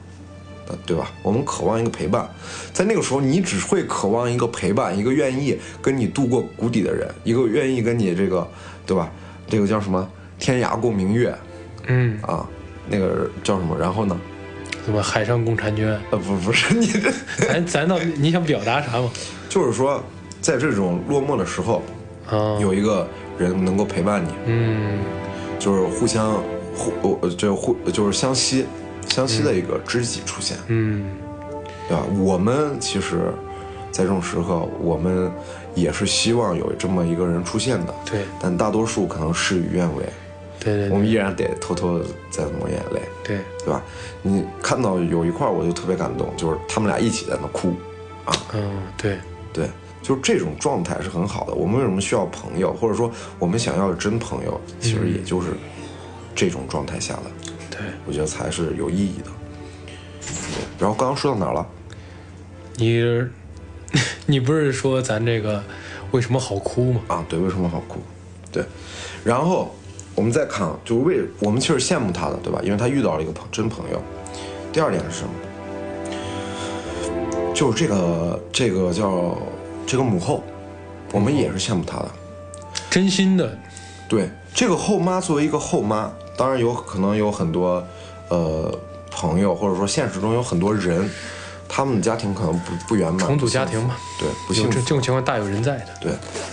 呃对吧？我们渴望一个陪伴，在那个时候，你只会渴望一个陪伴，一个愿意跟你度过谷底的人，一个愿意跟你这个，对吧？这个叫什么？天涯共明月，嗯，啊，那个叫什么？然后呢？怎么海上共婵 娟？呃，不，不是你这，咱咱到底你想表达啥嘛？就是说，在这种落寞的时候，啊，有一个人能够陪伴你，嗯，呃就是互相互，呃，这互就是相惜，相惜的一个知己出现，嗯，对吧？我们其实，在这种时刻，我们也是希望有这么一个人出现的，对但大多数可能事与愿违，对对我对们依然得偷偷的在抹眼泪，对，对吧？你看到有一块儿我就特别感动，就是他们俩一起在那哭，啊，嗯对，对，就是这种状态是很好的。我们为什么需要朋友，或者说我们想要的真朋友，其实也就是这种状态下的，对我觉得才是有意义的。对然后刚刚说到哪儿了？你 你不是说咱这个为什么好哭吗？啊，对，为什么好哭？对，然后我们再看，啊就是为我们其实羡慕他的，对吧？因为他遇到了一个朋真朋友。第二点是什么？就是这个这个叫这个母后，我们也是羡慕他的。真心的，对，这个后妈作为一个后妈，当然有可能有很多呃朋友，或者说现实中有很多人，他们的家庭可能不不圆满，重组不幸家庭福嘛，对，有不幸这福这。种情况大有人在的。对，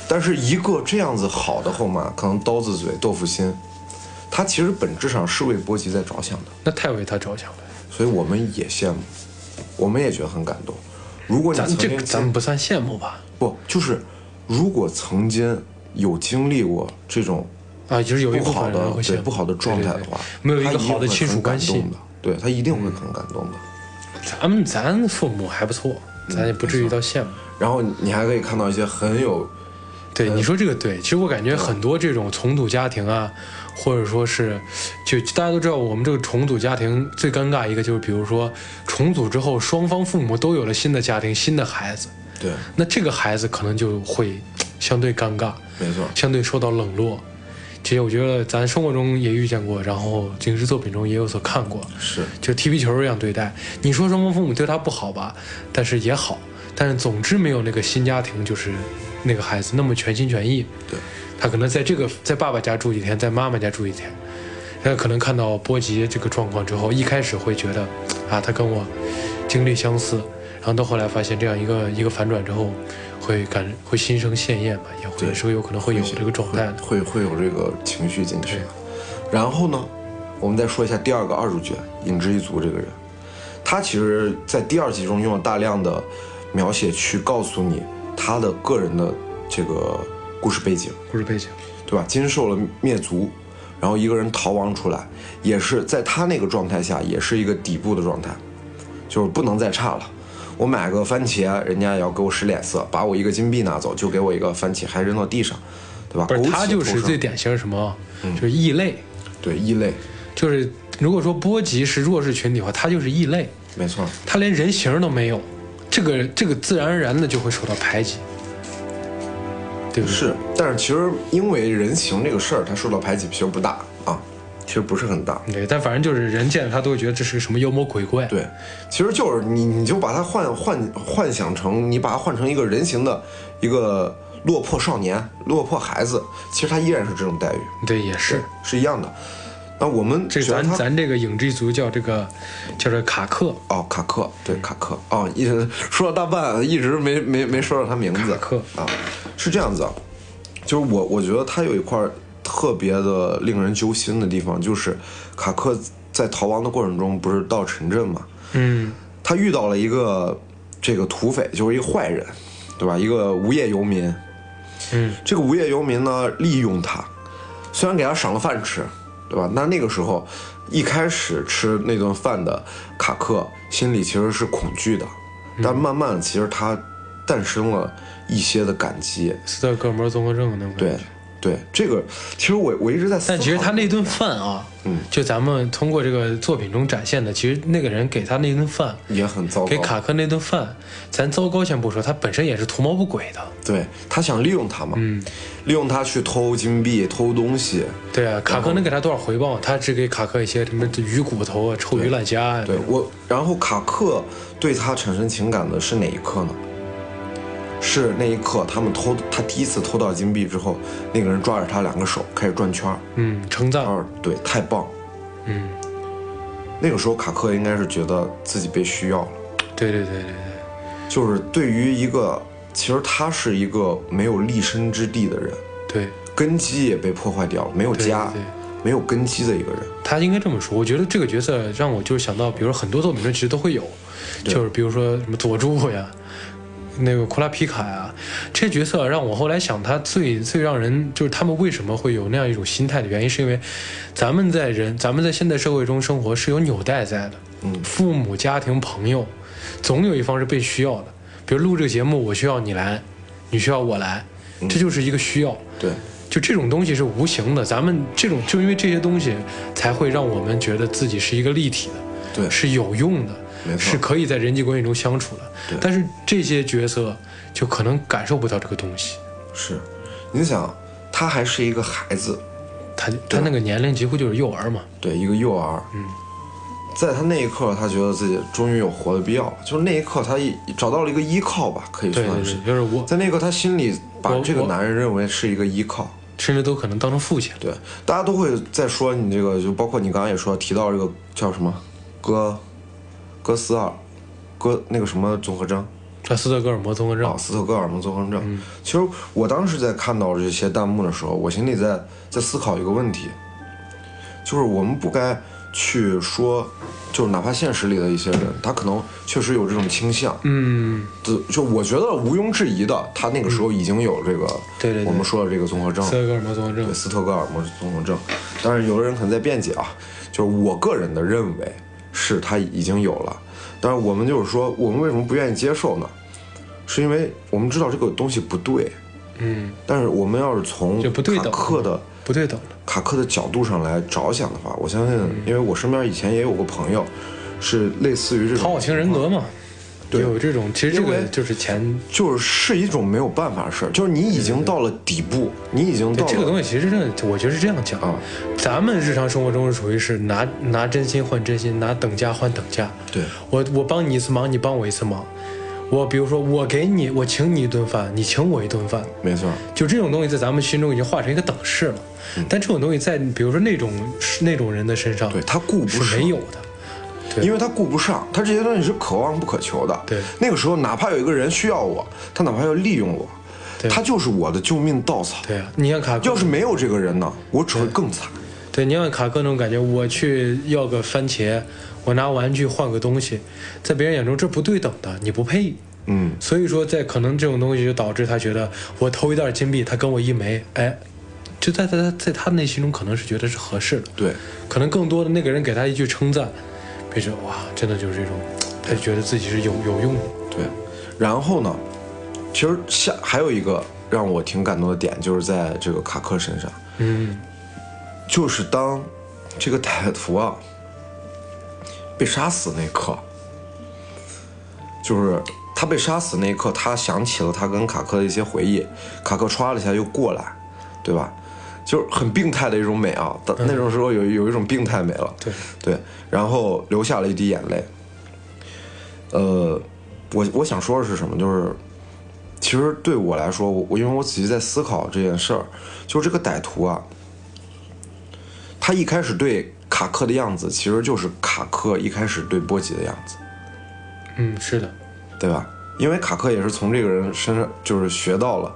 但是一个这样子好的后妈，可能刀子嘴豆腐心，她其实本质上是为波吉在着想的，那太为他着想了，所以我们也羡慕，我们也觉得很感动。如果你咱曾这经个咱们不算羡慕吧？不就是，如果曾经有经历过这种啊，就是有一不部好分人的会羡对慕不好的状态的对对对话，没有一她个定好的会亲很属关感动系的，，对他嗯一定会很感动的。咱们咱父母还不错，嗯咱也不至于到羡慕。然后你还可以看到一些很有对，你说这个对。其实我感觉很多这种重组家庭啊，或者说是，就大家都知道，我们这个重组家庭最尴尬一个就是，比如说重组之后，双方父母都有了新的家庭、新的孩子，对，那这个孩子可能就会相对尴尬，没错，相对受到冷落。其实我觉得咱生活中也遇见过，然后影视作品中也有所看过，是就踢皮球一样对待。你说双方父母对他不好吧，但是也好，但是总之没有那个新家庭就是那个孩子那么全心全意。对，他可能在这个在爸爸家住几天，在妈妈家住几天，他可能看到波吉这个状况之后，一开始会觉得啊，他跟我经历相似，然后到后来发现这样一个一个反转之后，会感会心生羡艳吧，也会对是不是有可能会有这个状态的？会会有这个情绪进去的。然后呢，我们再说一下第二个二主角影之一族这个人，他其实在第二集中用了大量的描写去告诉你他的个人的这个故事背景。故事背景，对吧？经受了灭族，然后一个人逃亡出来，也是在他那个状态下，也是一个底部的状态，就是不能再差了。我买个番茄，人家也要给我使脸色，把我一个金币拿走，就给我一个番茄，还扔到地上，对吧？不是苟他且就偷是生最典型是什么？就是异类，对异类，就是如果说波吉是弱势群体的话，他就是异类，没错，他连人形都没有，这个这个自然而然的就会受到排挤，对不对？是。但是其实因为人形这个事儿，它受到排挤其实不大啊，其实不是很大。对，但反正就是人见了他都会觉得这是个什么妖魔鬼怪。对，其实就是你，你就把它幻幻幻想成，你把它换成一个人形的一个落魄少年、落魄孩子，其实他依然是这种待遇，对，也是。是一样的。那我们这觉得咱他咱这个影之一族叫这个叫这卡克哦，卡克，对卡克哦，一直说了大半，一直没没没说到他名字。卡克啊，是这样子啊，就是我我觉得他有一块特别的令人揪心的地方，就是卡克在逃亡的过程中不是到城镇嘛，嗯，他遇到了一个这个土匪，就是一个坏人，对吧？一个无业游民。嗯，这个无业游民呢，利用他，虽然给他赏了饭吃，对吧？那那个时候，一开始吃那顿饭的卡克心里其实是恐惧的，嗯但慢慢其实他诞生了一些的感激。斯德哥尔摩综合症那种感对觉。，对，这个其实我我一直在思考，但其实他那顿饭啊，嗯，就咱们通过这个作品中展现的，其实那个人给他那顿饭，也很糟糕，给卡克那顿饭，咱糟糕先不说，他本身也是图谋不轨的。对他想利用他嘛，嗯利用他去偷金币、偷东西，对啊，卡克能给他多少回报？他只给卡克一些什么鱼骨头啊、臭鱼烂虾呀。对我，然后卡克对他产生情感的是哪一刻呢？是那一刻，他们偷他第一次偷到金币之后，那个人抓着他两个手开始转圈儿，嗯，称赞。二对太棒，嗯，那个时候卡克应该是觉得自己被需要了，对对对对对。就是对于一个其实他是一个没有立身之地的人，对，根基也被破坏掉了，没有家对对，没有根基的一个人。他应该这么说。我觉得这个角色让我就是想到，比如很多作品中其实都会有，就是比如说什么佐助呀， 那个库拉皮卡呀，这些角色让我后来想，他最最让人就是他们为什么会有那样一种心态的原因，是因为咱们在人咱们在现代社会中生活是有纽带在的，嗯，父母、家庭、朋友，总有一方是被需要的。比如录这个节目，我需要你来，你需要我来，这就是一个需要。对，就这种东西是无形的，咱们这种就因为这些东西，才会让我们觉得自己是一个立体的，对是有用没的，错是可以在人际关系中相处的。但是这些角色就可能感受不到这个东西，是，你想，他还是一个孩子，他他那个年龄几乎就是幼儿嘛，对，一个幼儿。嗯，在他那一刻，他觉得自己终于有活的必要，就是那一刻，他一找到了一个依靠吧，可以对算对是。对，就是我在那一刻，他心里把我这个我男人认为是一个依靠。甚至都可能当成父亲了。对，大家都会在说你这个，就包括你刚刚也说提到这个叫什么哥，哥斯尔，哥那个什么综合征，那斯德哥尔摩综合啊，症，斯特戈尔摩综合症。嗯其实我当时在看到这些弹幕的时候，我心里在在思考一个问题，就是我们不该去说，就是哪怕现实里的一些人，他可能确实有这种倾向，嗯，就就我觉得毋庸置疑的，他那个时候已经有这个，对对对我们说的这个综合症，斯德哥尔摩综合症对，斯特戈尔摩综合症。当然，有的人可能在辩解啊，就是我个人的认为是他已经有了，但是我们就是说，我们为什么不愿意接受呢？是因为我们知道这个东西不对，嗯，但是我们要是从就不对卡等克的不对等的，卡克的角度上来着想的话，我相信，嗯因为我身边以前也有过朋友是类似于这种讨好型人格嘛，对有这种，其实这因个为就是前，就是是一种没有办法的事儿，就是你已经到了底部，你已经对到了这个东西其实真的，我觉得是这样讲啊，咱们日常生活中属于是拿拿真心换真心，拿等价换等价。对我我帮你一次忙，你帮我一次忙。我比如说，我给你，我请你一顿饭，你请我一顿饭，没错，就这种东西在咱们心中已经化成一个等式了。但这种东西在比如说那种那种人的身上，嗯对他顾不是上没有的。对因为他顾不上，他这些东西是可望不可求的。对那个时候哪怕有一个人需要我，他哪怕要利用我，对他就是我的救命稻草。对啊，你像卡哥要，是没有这个人呢，我只会更惨。对，你像卡哥那种感觉，我去要个番茄，我拿玩具换个东西，在别人眼中这不对等的，你不配。嗯，所以说，在可能这种东西就导致他觉得我投一袋金币，他跟我一枚，哎，就在他在他内心中可能是觉得是合适的，对，可能更多的那个人给他一句称赞，别觉得哇，真的就是这种，他就觉得自己是有有用的，对。然后呢，其实下还有一个让我挺感动的点，就是在这个卡克身上，嗯，就是当这个歹徒啊被杀死那一刻，就是他被杀死那一刻，他想起了他跟卡克的一些回忆，卡克歘了一下又过来，对吧？就是很病态的一种美啊，但那种时候有有一种病态美了，对对，然后流下了一滴眼泪。呃，我我想说的是什么？就是其实对我来说，我我因为我仔细在思考这件事儿，就是这个歹徒啊，他一开始对卡克的样子，其实就是卡克一开始对波吉的样子，嗯，是的，对吧？因为卡克也是从这个人身上就是学到了，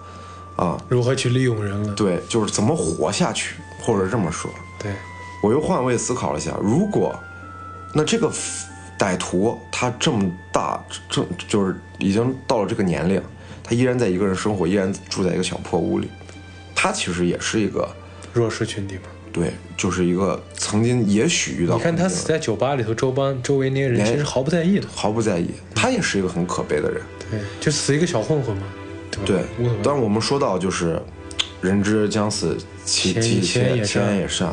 啊，如何去利用人了，对，就是怎么活下去，或者这么说，对，我又换位思考了一下，如果那这个 f- 歹徒他这么大，这就是已经到了这个年龄，他依然在一个人生活，依然住在一个小破屋里，他其实也是一个弱势群体嘛，对，就是一个曾经也许遇到你看他困境死在酒吧里头，周帮周围那些人哎其实毫不在意的，毫不在意，他也是一个很可悲的人。对，就死一个小混混嘛，对吧？对无所，谓当然嗯我们说到就是“人之将死，其其其其其言言也也善”，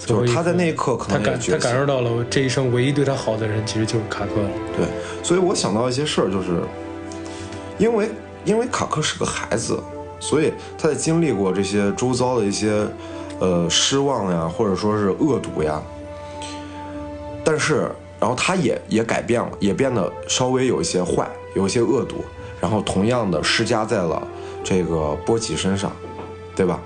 最就后是一他在刻那一刻可他能也感觉他感受醒到了这一生唯一对他好的人，其实就是卡克了。对，所以我想到一些事儿，就是因为因为卡克是个孩子，所以他在经历过这些周遭的一些呃失望呀，或者说是恶毒呀，但是然后他也也改变了，也变得稍微有一些坏，有一些恶毒，然后同样的施加在了这个波奇身上，对吧？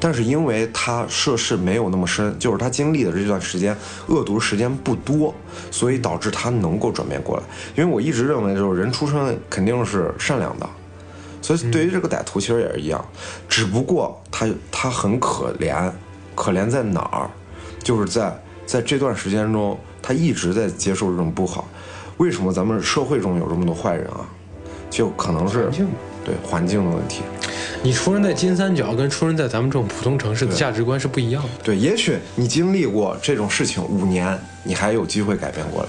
但是因为他涉世没有那么深，就是他经历的这段时间恶毒时间不多，所以导致他能够转变过来。因为我一直认为，就是人出生肯定是善良的，所以对于这个歹徒其实也是一样，只不过他他很可怜，可怜在哪儿？就是在在这段时间中，他一直在接受这种不好。为什么咱们社会中有这么多坏人啊？就可能是环境对环境的问题。你出生在金三角，跟出生在咱们这种普通城市的价值观是不一样的。对，也许你经历过这种事情五年，你还有机会改变过来，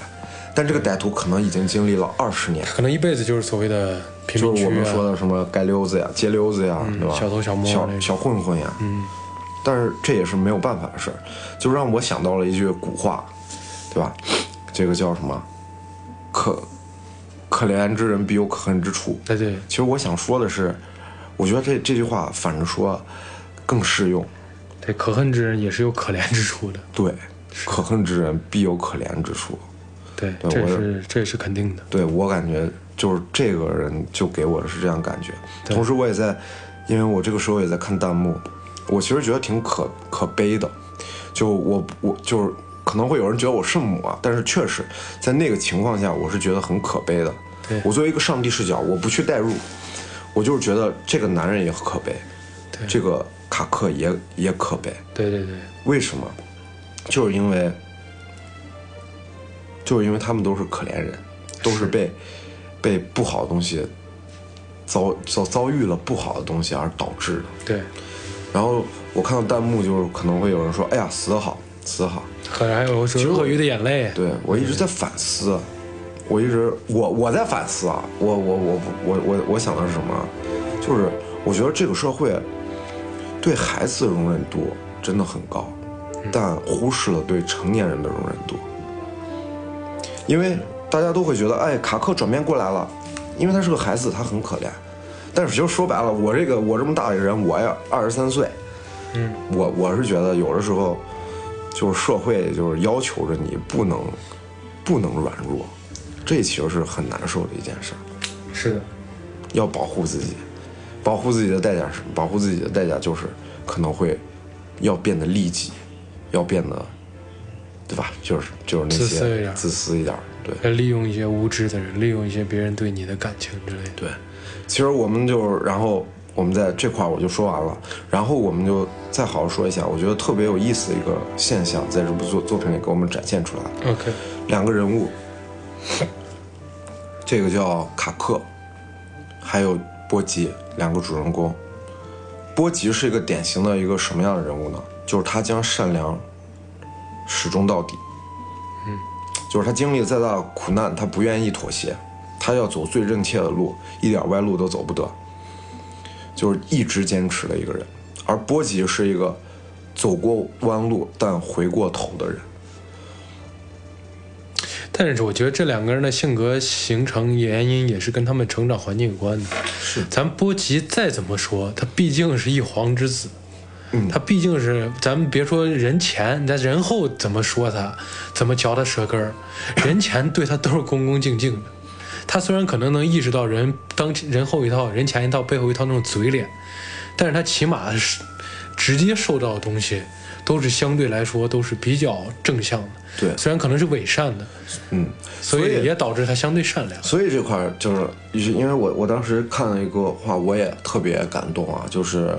但这个歹徒可能已经经历了二十年，可能一辈子就是所谓的贫民就是区、啊，嗯我们说的什么街溜子呀、街溜子呀，对吧？小偷小摸小那种小混混呀。嗯。但是这也是没有办法的事儿，就让我想到了一句古话，对吧？这个叫什么？可可怜之人必有可恨之处。哎对，其实我想说的是，我觉得这这句话反着说更适用。对，可恨之人也是有可怜之处的。对，可恨之人必有可怜之处。对，对这我是这是肯定的。对我感觉就是这个人就给我的是这样感觉。同时我也在，因为我这个时候也在看弹幕，我其实觉得挺可可悲的。就我我就是可能会有人觉得我圣母啊，但是确实在那个情况下，我是觉得很可悲的对。我作为一个上帝视角，我不去代入，我就是觉得这个男人也很可悲，这个卡克也也可悲。对对对，为什么？就是因为，就是因为他们都是可怜人，都是被被不好的东西遭遭遭遇了不好的东西而导致的。对，然后我看到弹幕就是可能会有人说：“哎呀，死得好，死得好。可还有说实我鳄鱼的眼泪，对”我一直在反思，我一直我我在反思啊，我我我我我我想的是什么啊？就是我觉得这个社会对孩子的容忍度真的很高，但忽视了对成年人的容忍度。因为大家都会觉得，哎，卡克转变过来了，因为他是个孩子，他很可怜。但是其实说白了，我这个我这么大的人，我也二十三岁，嗯，我我是觉得有的时候，就是社会就是要求着你不能不能软弱，这其实是很难受的一件事儿。是的，要保护自己，保护自己的代价是什么？保护自己的代价就是可能会要变得利己，要变得，对吧？就是就是那些自私一点自私一点儿，对要利用一些无知的人，利用一些别人对你的感情之类的。对。其实我们就是，然后我们在这块儿我就说完了，然后我们就再好好说一下，我觉得特别有意思的一个现象，在这部作作品里给我们展现出来了。 OK，两个人物，这个叫卡克，还有波吉，两个主人公。波吉是一个典型的一个什么样的人物呢？就是他将善良始终到底。嗯，就是他经历再大的苦难，他不愿意妥协，他要走最正确的路，一点歪路都走不得。就是一直坚持的一个人。而波吉是一个走过弯路但回过头的人。但是我觉得这两个人的性格形成原因也是跟他们成长环境有关的。是，咱波吉再怎么说，他毕竟是一皇之子，嗯他毕竟是咱们别说人前，咱人后怎么说他，怎么嚼他舌根儿，人前对他都是恭恭敬敬的。他虽然可能能意识到人当人后一套，人前一套，背后一套那种嘴脸，但是他起码是直接受到的东西都是相对来说都是比较正向的。对虽然可能是伪善的，嗯，所所以以也导致他相对善良。所以这块儿就是，就是因为我我当时看了一个话，我也特别感动啊，就是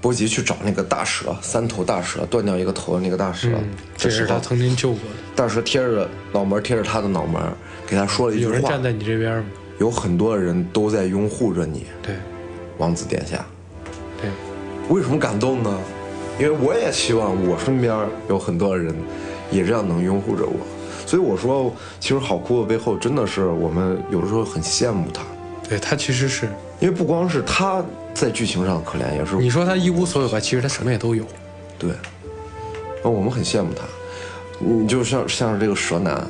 波吉去找那个大蛇，三头大蛇断掉一个头的那个大蛇，嗯，这时是他候曾经救过的。大蛇贴着脑门儿贴着他的脑门儿，给他说了一句有人话站，在你这边吗？有很多人都在拥护着你，对，王子殿下。对，为什么感动呢？因为我也希望我身边有很多人也这样能拥护着我，所以我说，其实好哭的背后真的是我们有的时候很羡慕他。对他其实是，因为不光是他在剧情上可怜，也是你说他一无所有吧，其实他什么也都有。对，那我们很羡慕他。你就像像是这个蛇男，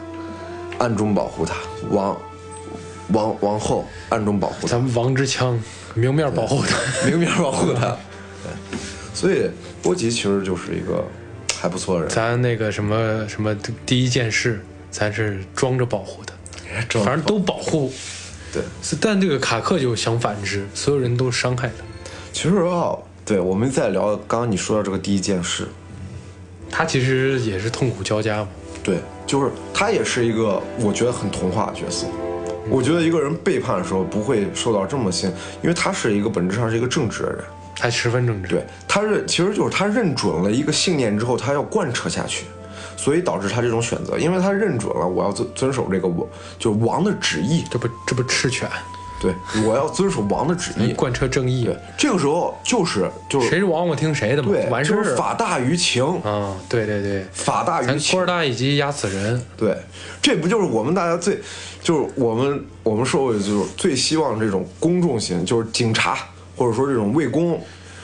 暗中保护他，王王王后暗中保护他，咱们王之枪明面保护他。明面保护他。对，所以波吉其实就是一个还不错的 人，咱那个什么什么第一件事，咱是装着保护他，正反正都保护。对。是但这个卡克就相反之，所有人都伤害他。其实啊，对我们在聊刚刚你说到这个第一件事，他其实也是痛苦交加嘛。对，就是他也是一个我觉得很童话的角色。嗯我觉得一个人背叛的时候不会受到这么心，因为他是一个本质上是一个正直的人，还十分正直。对，他认其实就是他认准了一个信念之后，他要贯彻下去，所以导致他这种选择，因为他认准了我要遵遵守这个我就是王的旨意，这不这不赤犬，对，我要遵守王的旨意。贯彻正义，对，这个时候就是就嗯是谁是王我听谁的嘛对，，完事就儿是了法大于情，啊，对对对，法大于咱情官儿。大一级压死人，对，这不就是我们大家最，就是我们我们社会就是最希望这种公众型，就是警察或者说这种为公，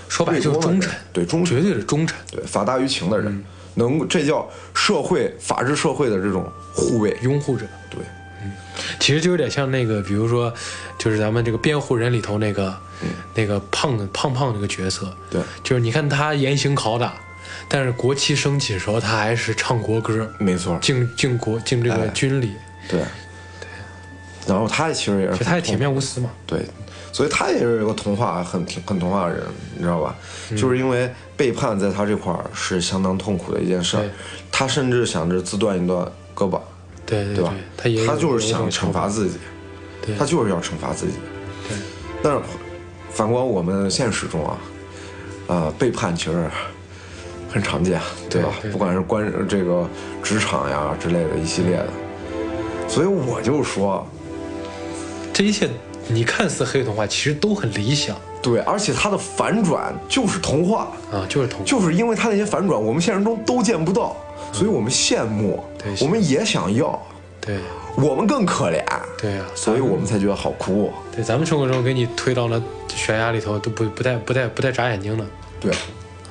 说白了为公就是忠嗯的人臣，对忠绝臣，对是忠臣，对法大于情的人，能这叫社会法治社会的这种护卫，拥护者。对，其实就有点像那个，比如说，就是咱们这个辩护人里头那个、那个胖的胖胖那个角色，嗯对就是你看他严刑拷打，但是国旗升起的时候，他还是唱国歌，没错，敬敬国敬这个哎军礼，对，然后他其实也其是实他也很铁面无私嘛。对，所以他也是有个童话很挺很童话的人，你知道吧？嗯就是因为背叛在他这块儿是相当痛苦的一件事儿对，他甚至想着自断一段胳膊，对对对吧？他也有就是有想一种惩罚自己对，他就是要惩罚自己。对，但是反观我们现实中啊，呃，背叛其实很常见，对吧？对对不管是关这个职场呀之类的一系列的，所以我就说，这一切，你看似黑童话，其实都很理想对，而且它的反转就是童话。啊，就是童话。就是因为他那些反转，我们现实中都见不到，所以我们羡慕对，我们也想要，对我们更可怜，对啊，所以我们才觉得好哭。对咱们生活中给你推到那悬崖里头，都不不带不带不带眨眼睛的，对，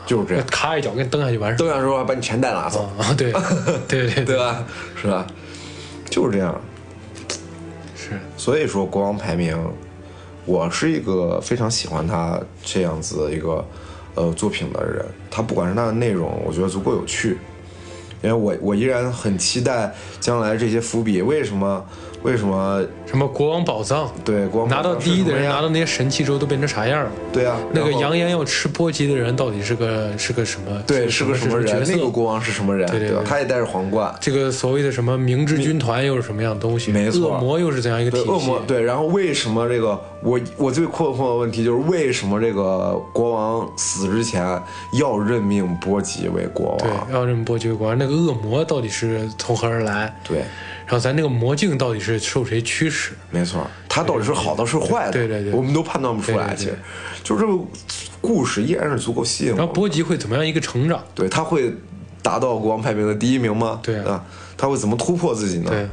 就是 这样。咔一脚给你蹬下去完事登儿。上之后还把你钱袋拿走，啊，对对对 对对，吧？是吧？就是这样。是。所以说，国王排名，我是一个非常喜欢他这样子一个呃作品的人。他不管是他的内容，我觉得足够有趣，因为我我依然很期待将来这些伏笔。为什么？为什么？什么国王宝藏，对，国王拿到宝藏是第一的什么人呀拿到那些神器之后都变成啥样了？对啊，那个然后扬言要吃波及的人到底是个是个什么？对是个什什么人角？色？那个国王是什么人？对对吧对？他也戴着皇冠，这个所谓的什么明治军团又是什么样的东西？没错恶魔又是怎样一个体对系？恶魔对。然后为什么这个我我最困惑的问题就是为什么这个国王死之前要任命波吉为国对王？要这么波及国王，那个恶魔到底是从何而来？对，然后咱那个魔镜到底是受谁驱使？没错，他到底是好的是坏的？对对对对我们都判断不出来。对对对其实，就是这个故事依然是足够吸引然我们后的。波及会怎么样一个成长？对他会达到国王排名的第一名吗？对啊啊，他会怎么突破自己呢？对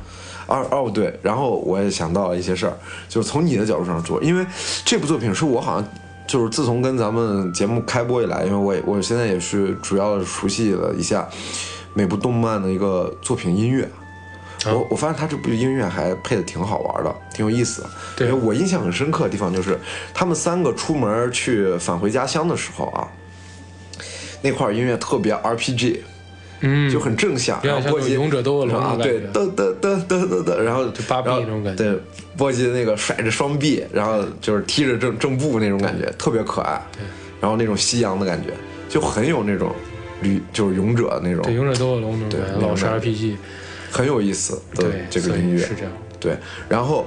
二哦对，然后我也想到了一些事儿，就是从你的角度上说，因为这部作品是我好像就是自从跟咱们节目开播以来，因为我也我现在也是主要熟悉了一下每部动漫的一个作品音乐。啊啊我我发现他这部音乐还配的挺好玩的，挺有意思的。对因为我印象很深刻的地方就是，他们三个出门去返回家乡的时候啊，那块儿音乐特别 RPG，嗯，就很正向，有点然后波像那种吉勇者斗恶龙啊，那种对，感觉噔噔噔噔噔噔，然后就芭比然后那种感觉对，波吉那个甩着双臂，然后就是踢着正正步那种感觉，特别可爱。对，然后那种夕阳的感觉，就很有那种旅就是勇者那对，种，勇者斗恶龙那种感对觉那种老式感觉 RPG，很有意思的对，这个所以音乐是这样。对，然后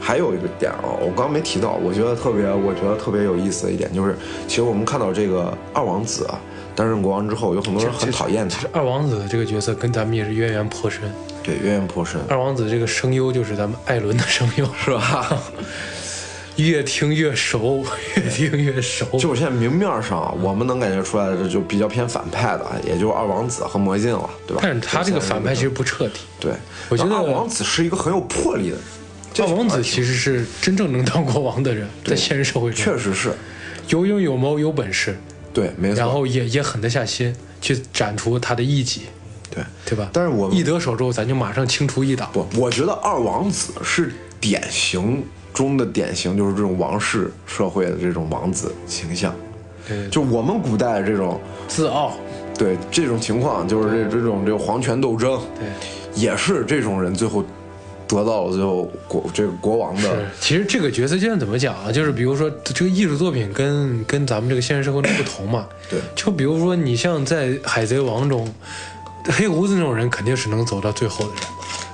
还有一个点啊，我刚没提到，我觉得特别，我觉得特别有意思的一点就是，其实我们看到这个二王子啊担任国王之后，有很多人很讨厌其他实，二王子这个角色跟咱们也是渊源颇深。对，渊源颇深，二王子这个声优就是咱们艾伦的声优，是吧？ 越听越熟， 越听越熟。就是现在明面上啊，我们能感觉出来的这就比较偏反派的，啊也就是二王子和魔镜了，对吧？但是他这个反派其实不彻底。对，我觉得然后二王子是一个很有魄力的人，这二王反而子挺其实是真正能当国王的人，在现实社会中，确实是，有勇有谋有本事，对，没错。然后也也狠得下心去斩除他的异己，对，对吧？但是我们一得手之后，咱就马上清除异党。不，我觉得二王子是典型中的典型，就是这种王室社会的这种王子形象，对，就我们古代这种自傲，对这种情况，就是这这种这个皇权斗争，对，也是这种人最后得到了最后国这个国王是的，。其实这个角色现在怎么讲啊？就是比如说，这个艺术作品跟跟咱们这个现实社会中不同嘛。对就比如说，你像在《海贼王》中，黑胡子那种人肯定是能走到最后的人，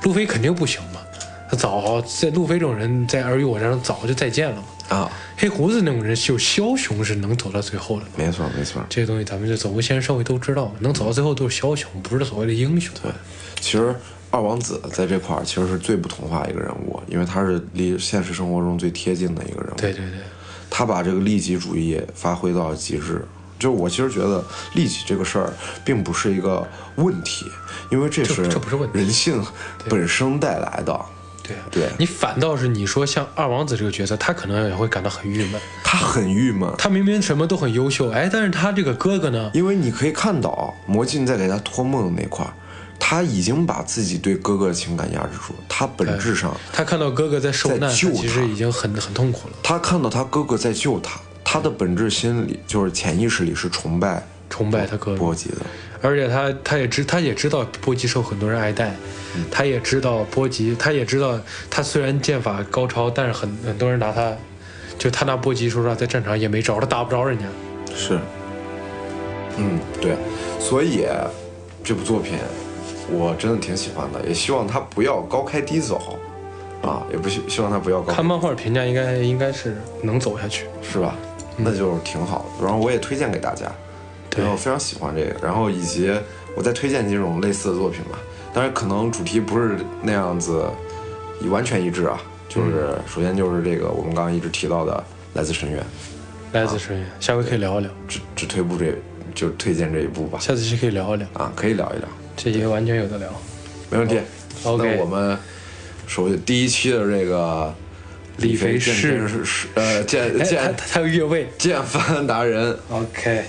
路飞肯定不行嘛。他早在路飞这种人，在尔虞我诈上早就再见了嘛。啊，黑胡子那种人有枭雄是能走到最后的。没错没错。这些东西咱们就走过先社会都知道，能走到最后都是枭雄，不是所谓的英雄。对，其实二王子在这块儿其实是最不童话一个人物，因为他是离现实生活中最贴近的一个人物。对对对，他把这个利己主义发挥到极致。就我其实觉得利己这个事儿并不是一个问题，因为这是这不是问题人性本身带来的。对啊对你反倒是你说像二王子这个角色，他可能也会感到很郁闷。他很郁闷，他明明什么都很优秀，哎，但是他这个哥哥呢，因为你可以看到魔镜在给他托梦的那块儿，他已经把自己对哥哥的情感压制住，他本质上他看到哥哥在受在难，他救其他实已经很很痛苦了，他看到他哥哥在救他，他的本质心理就是潜意识里是崇拜崇拜他哥哥波。吉的。而且他他也知他也知道波吉受很多人爱戴，嗯他也知道波吉，他也知道他虽然剑法高超，但是很很多人拿他，就他拿波吉说实话在战场也没招，他打不着人家。是，嗯，对，所以这部作品我真的挺喜欢的，也希望它不要高开低走啊，也不希希望它不要高看漫画评价应该应该是能走下去。是吧？那就挺好的。然后我也推荐给大家，对然后非常喜欢这个，然后以及我再推荐几种类似的作品吧。当然，可能主题不是那样子完全一致啊，就是嗯首先就是这个我们刚刚一直提到的《来自深渊》，来自啊深渊，下回可以聊一聊，只只推部这就推荐这一部吧，下次期可以聊一聊，啊，可以聊一聊。这也完全有的聊。没问题。好，OK 那我们首先第一期的这个李飞肥健是身是是呃健哎，他健他他有越位。健翻达人 OK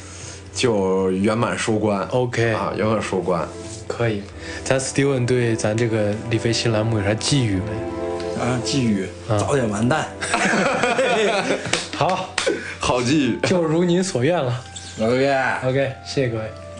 就圆满收官 OK 啊，圆满收官。可以，咱 Steven 对咱这个李飞新栏目有啥寄语没？啊，寄语早点完蛋。好，好记， 就如您所愿了。老岳， OK，谢谢各位。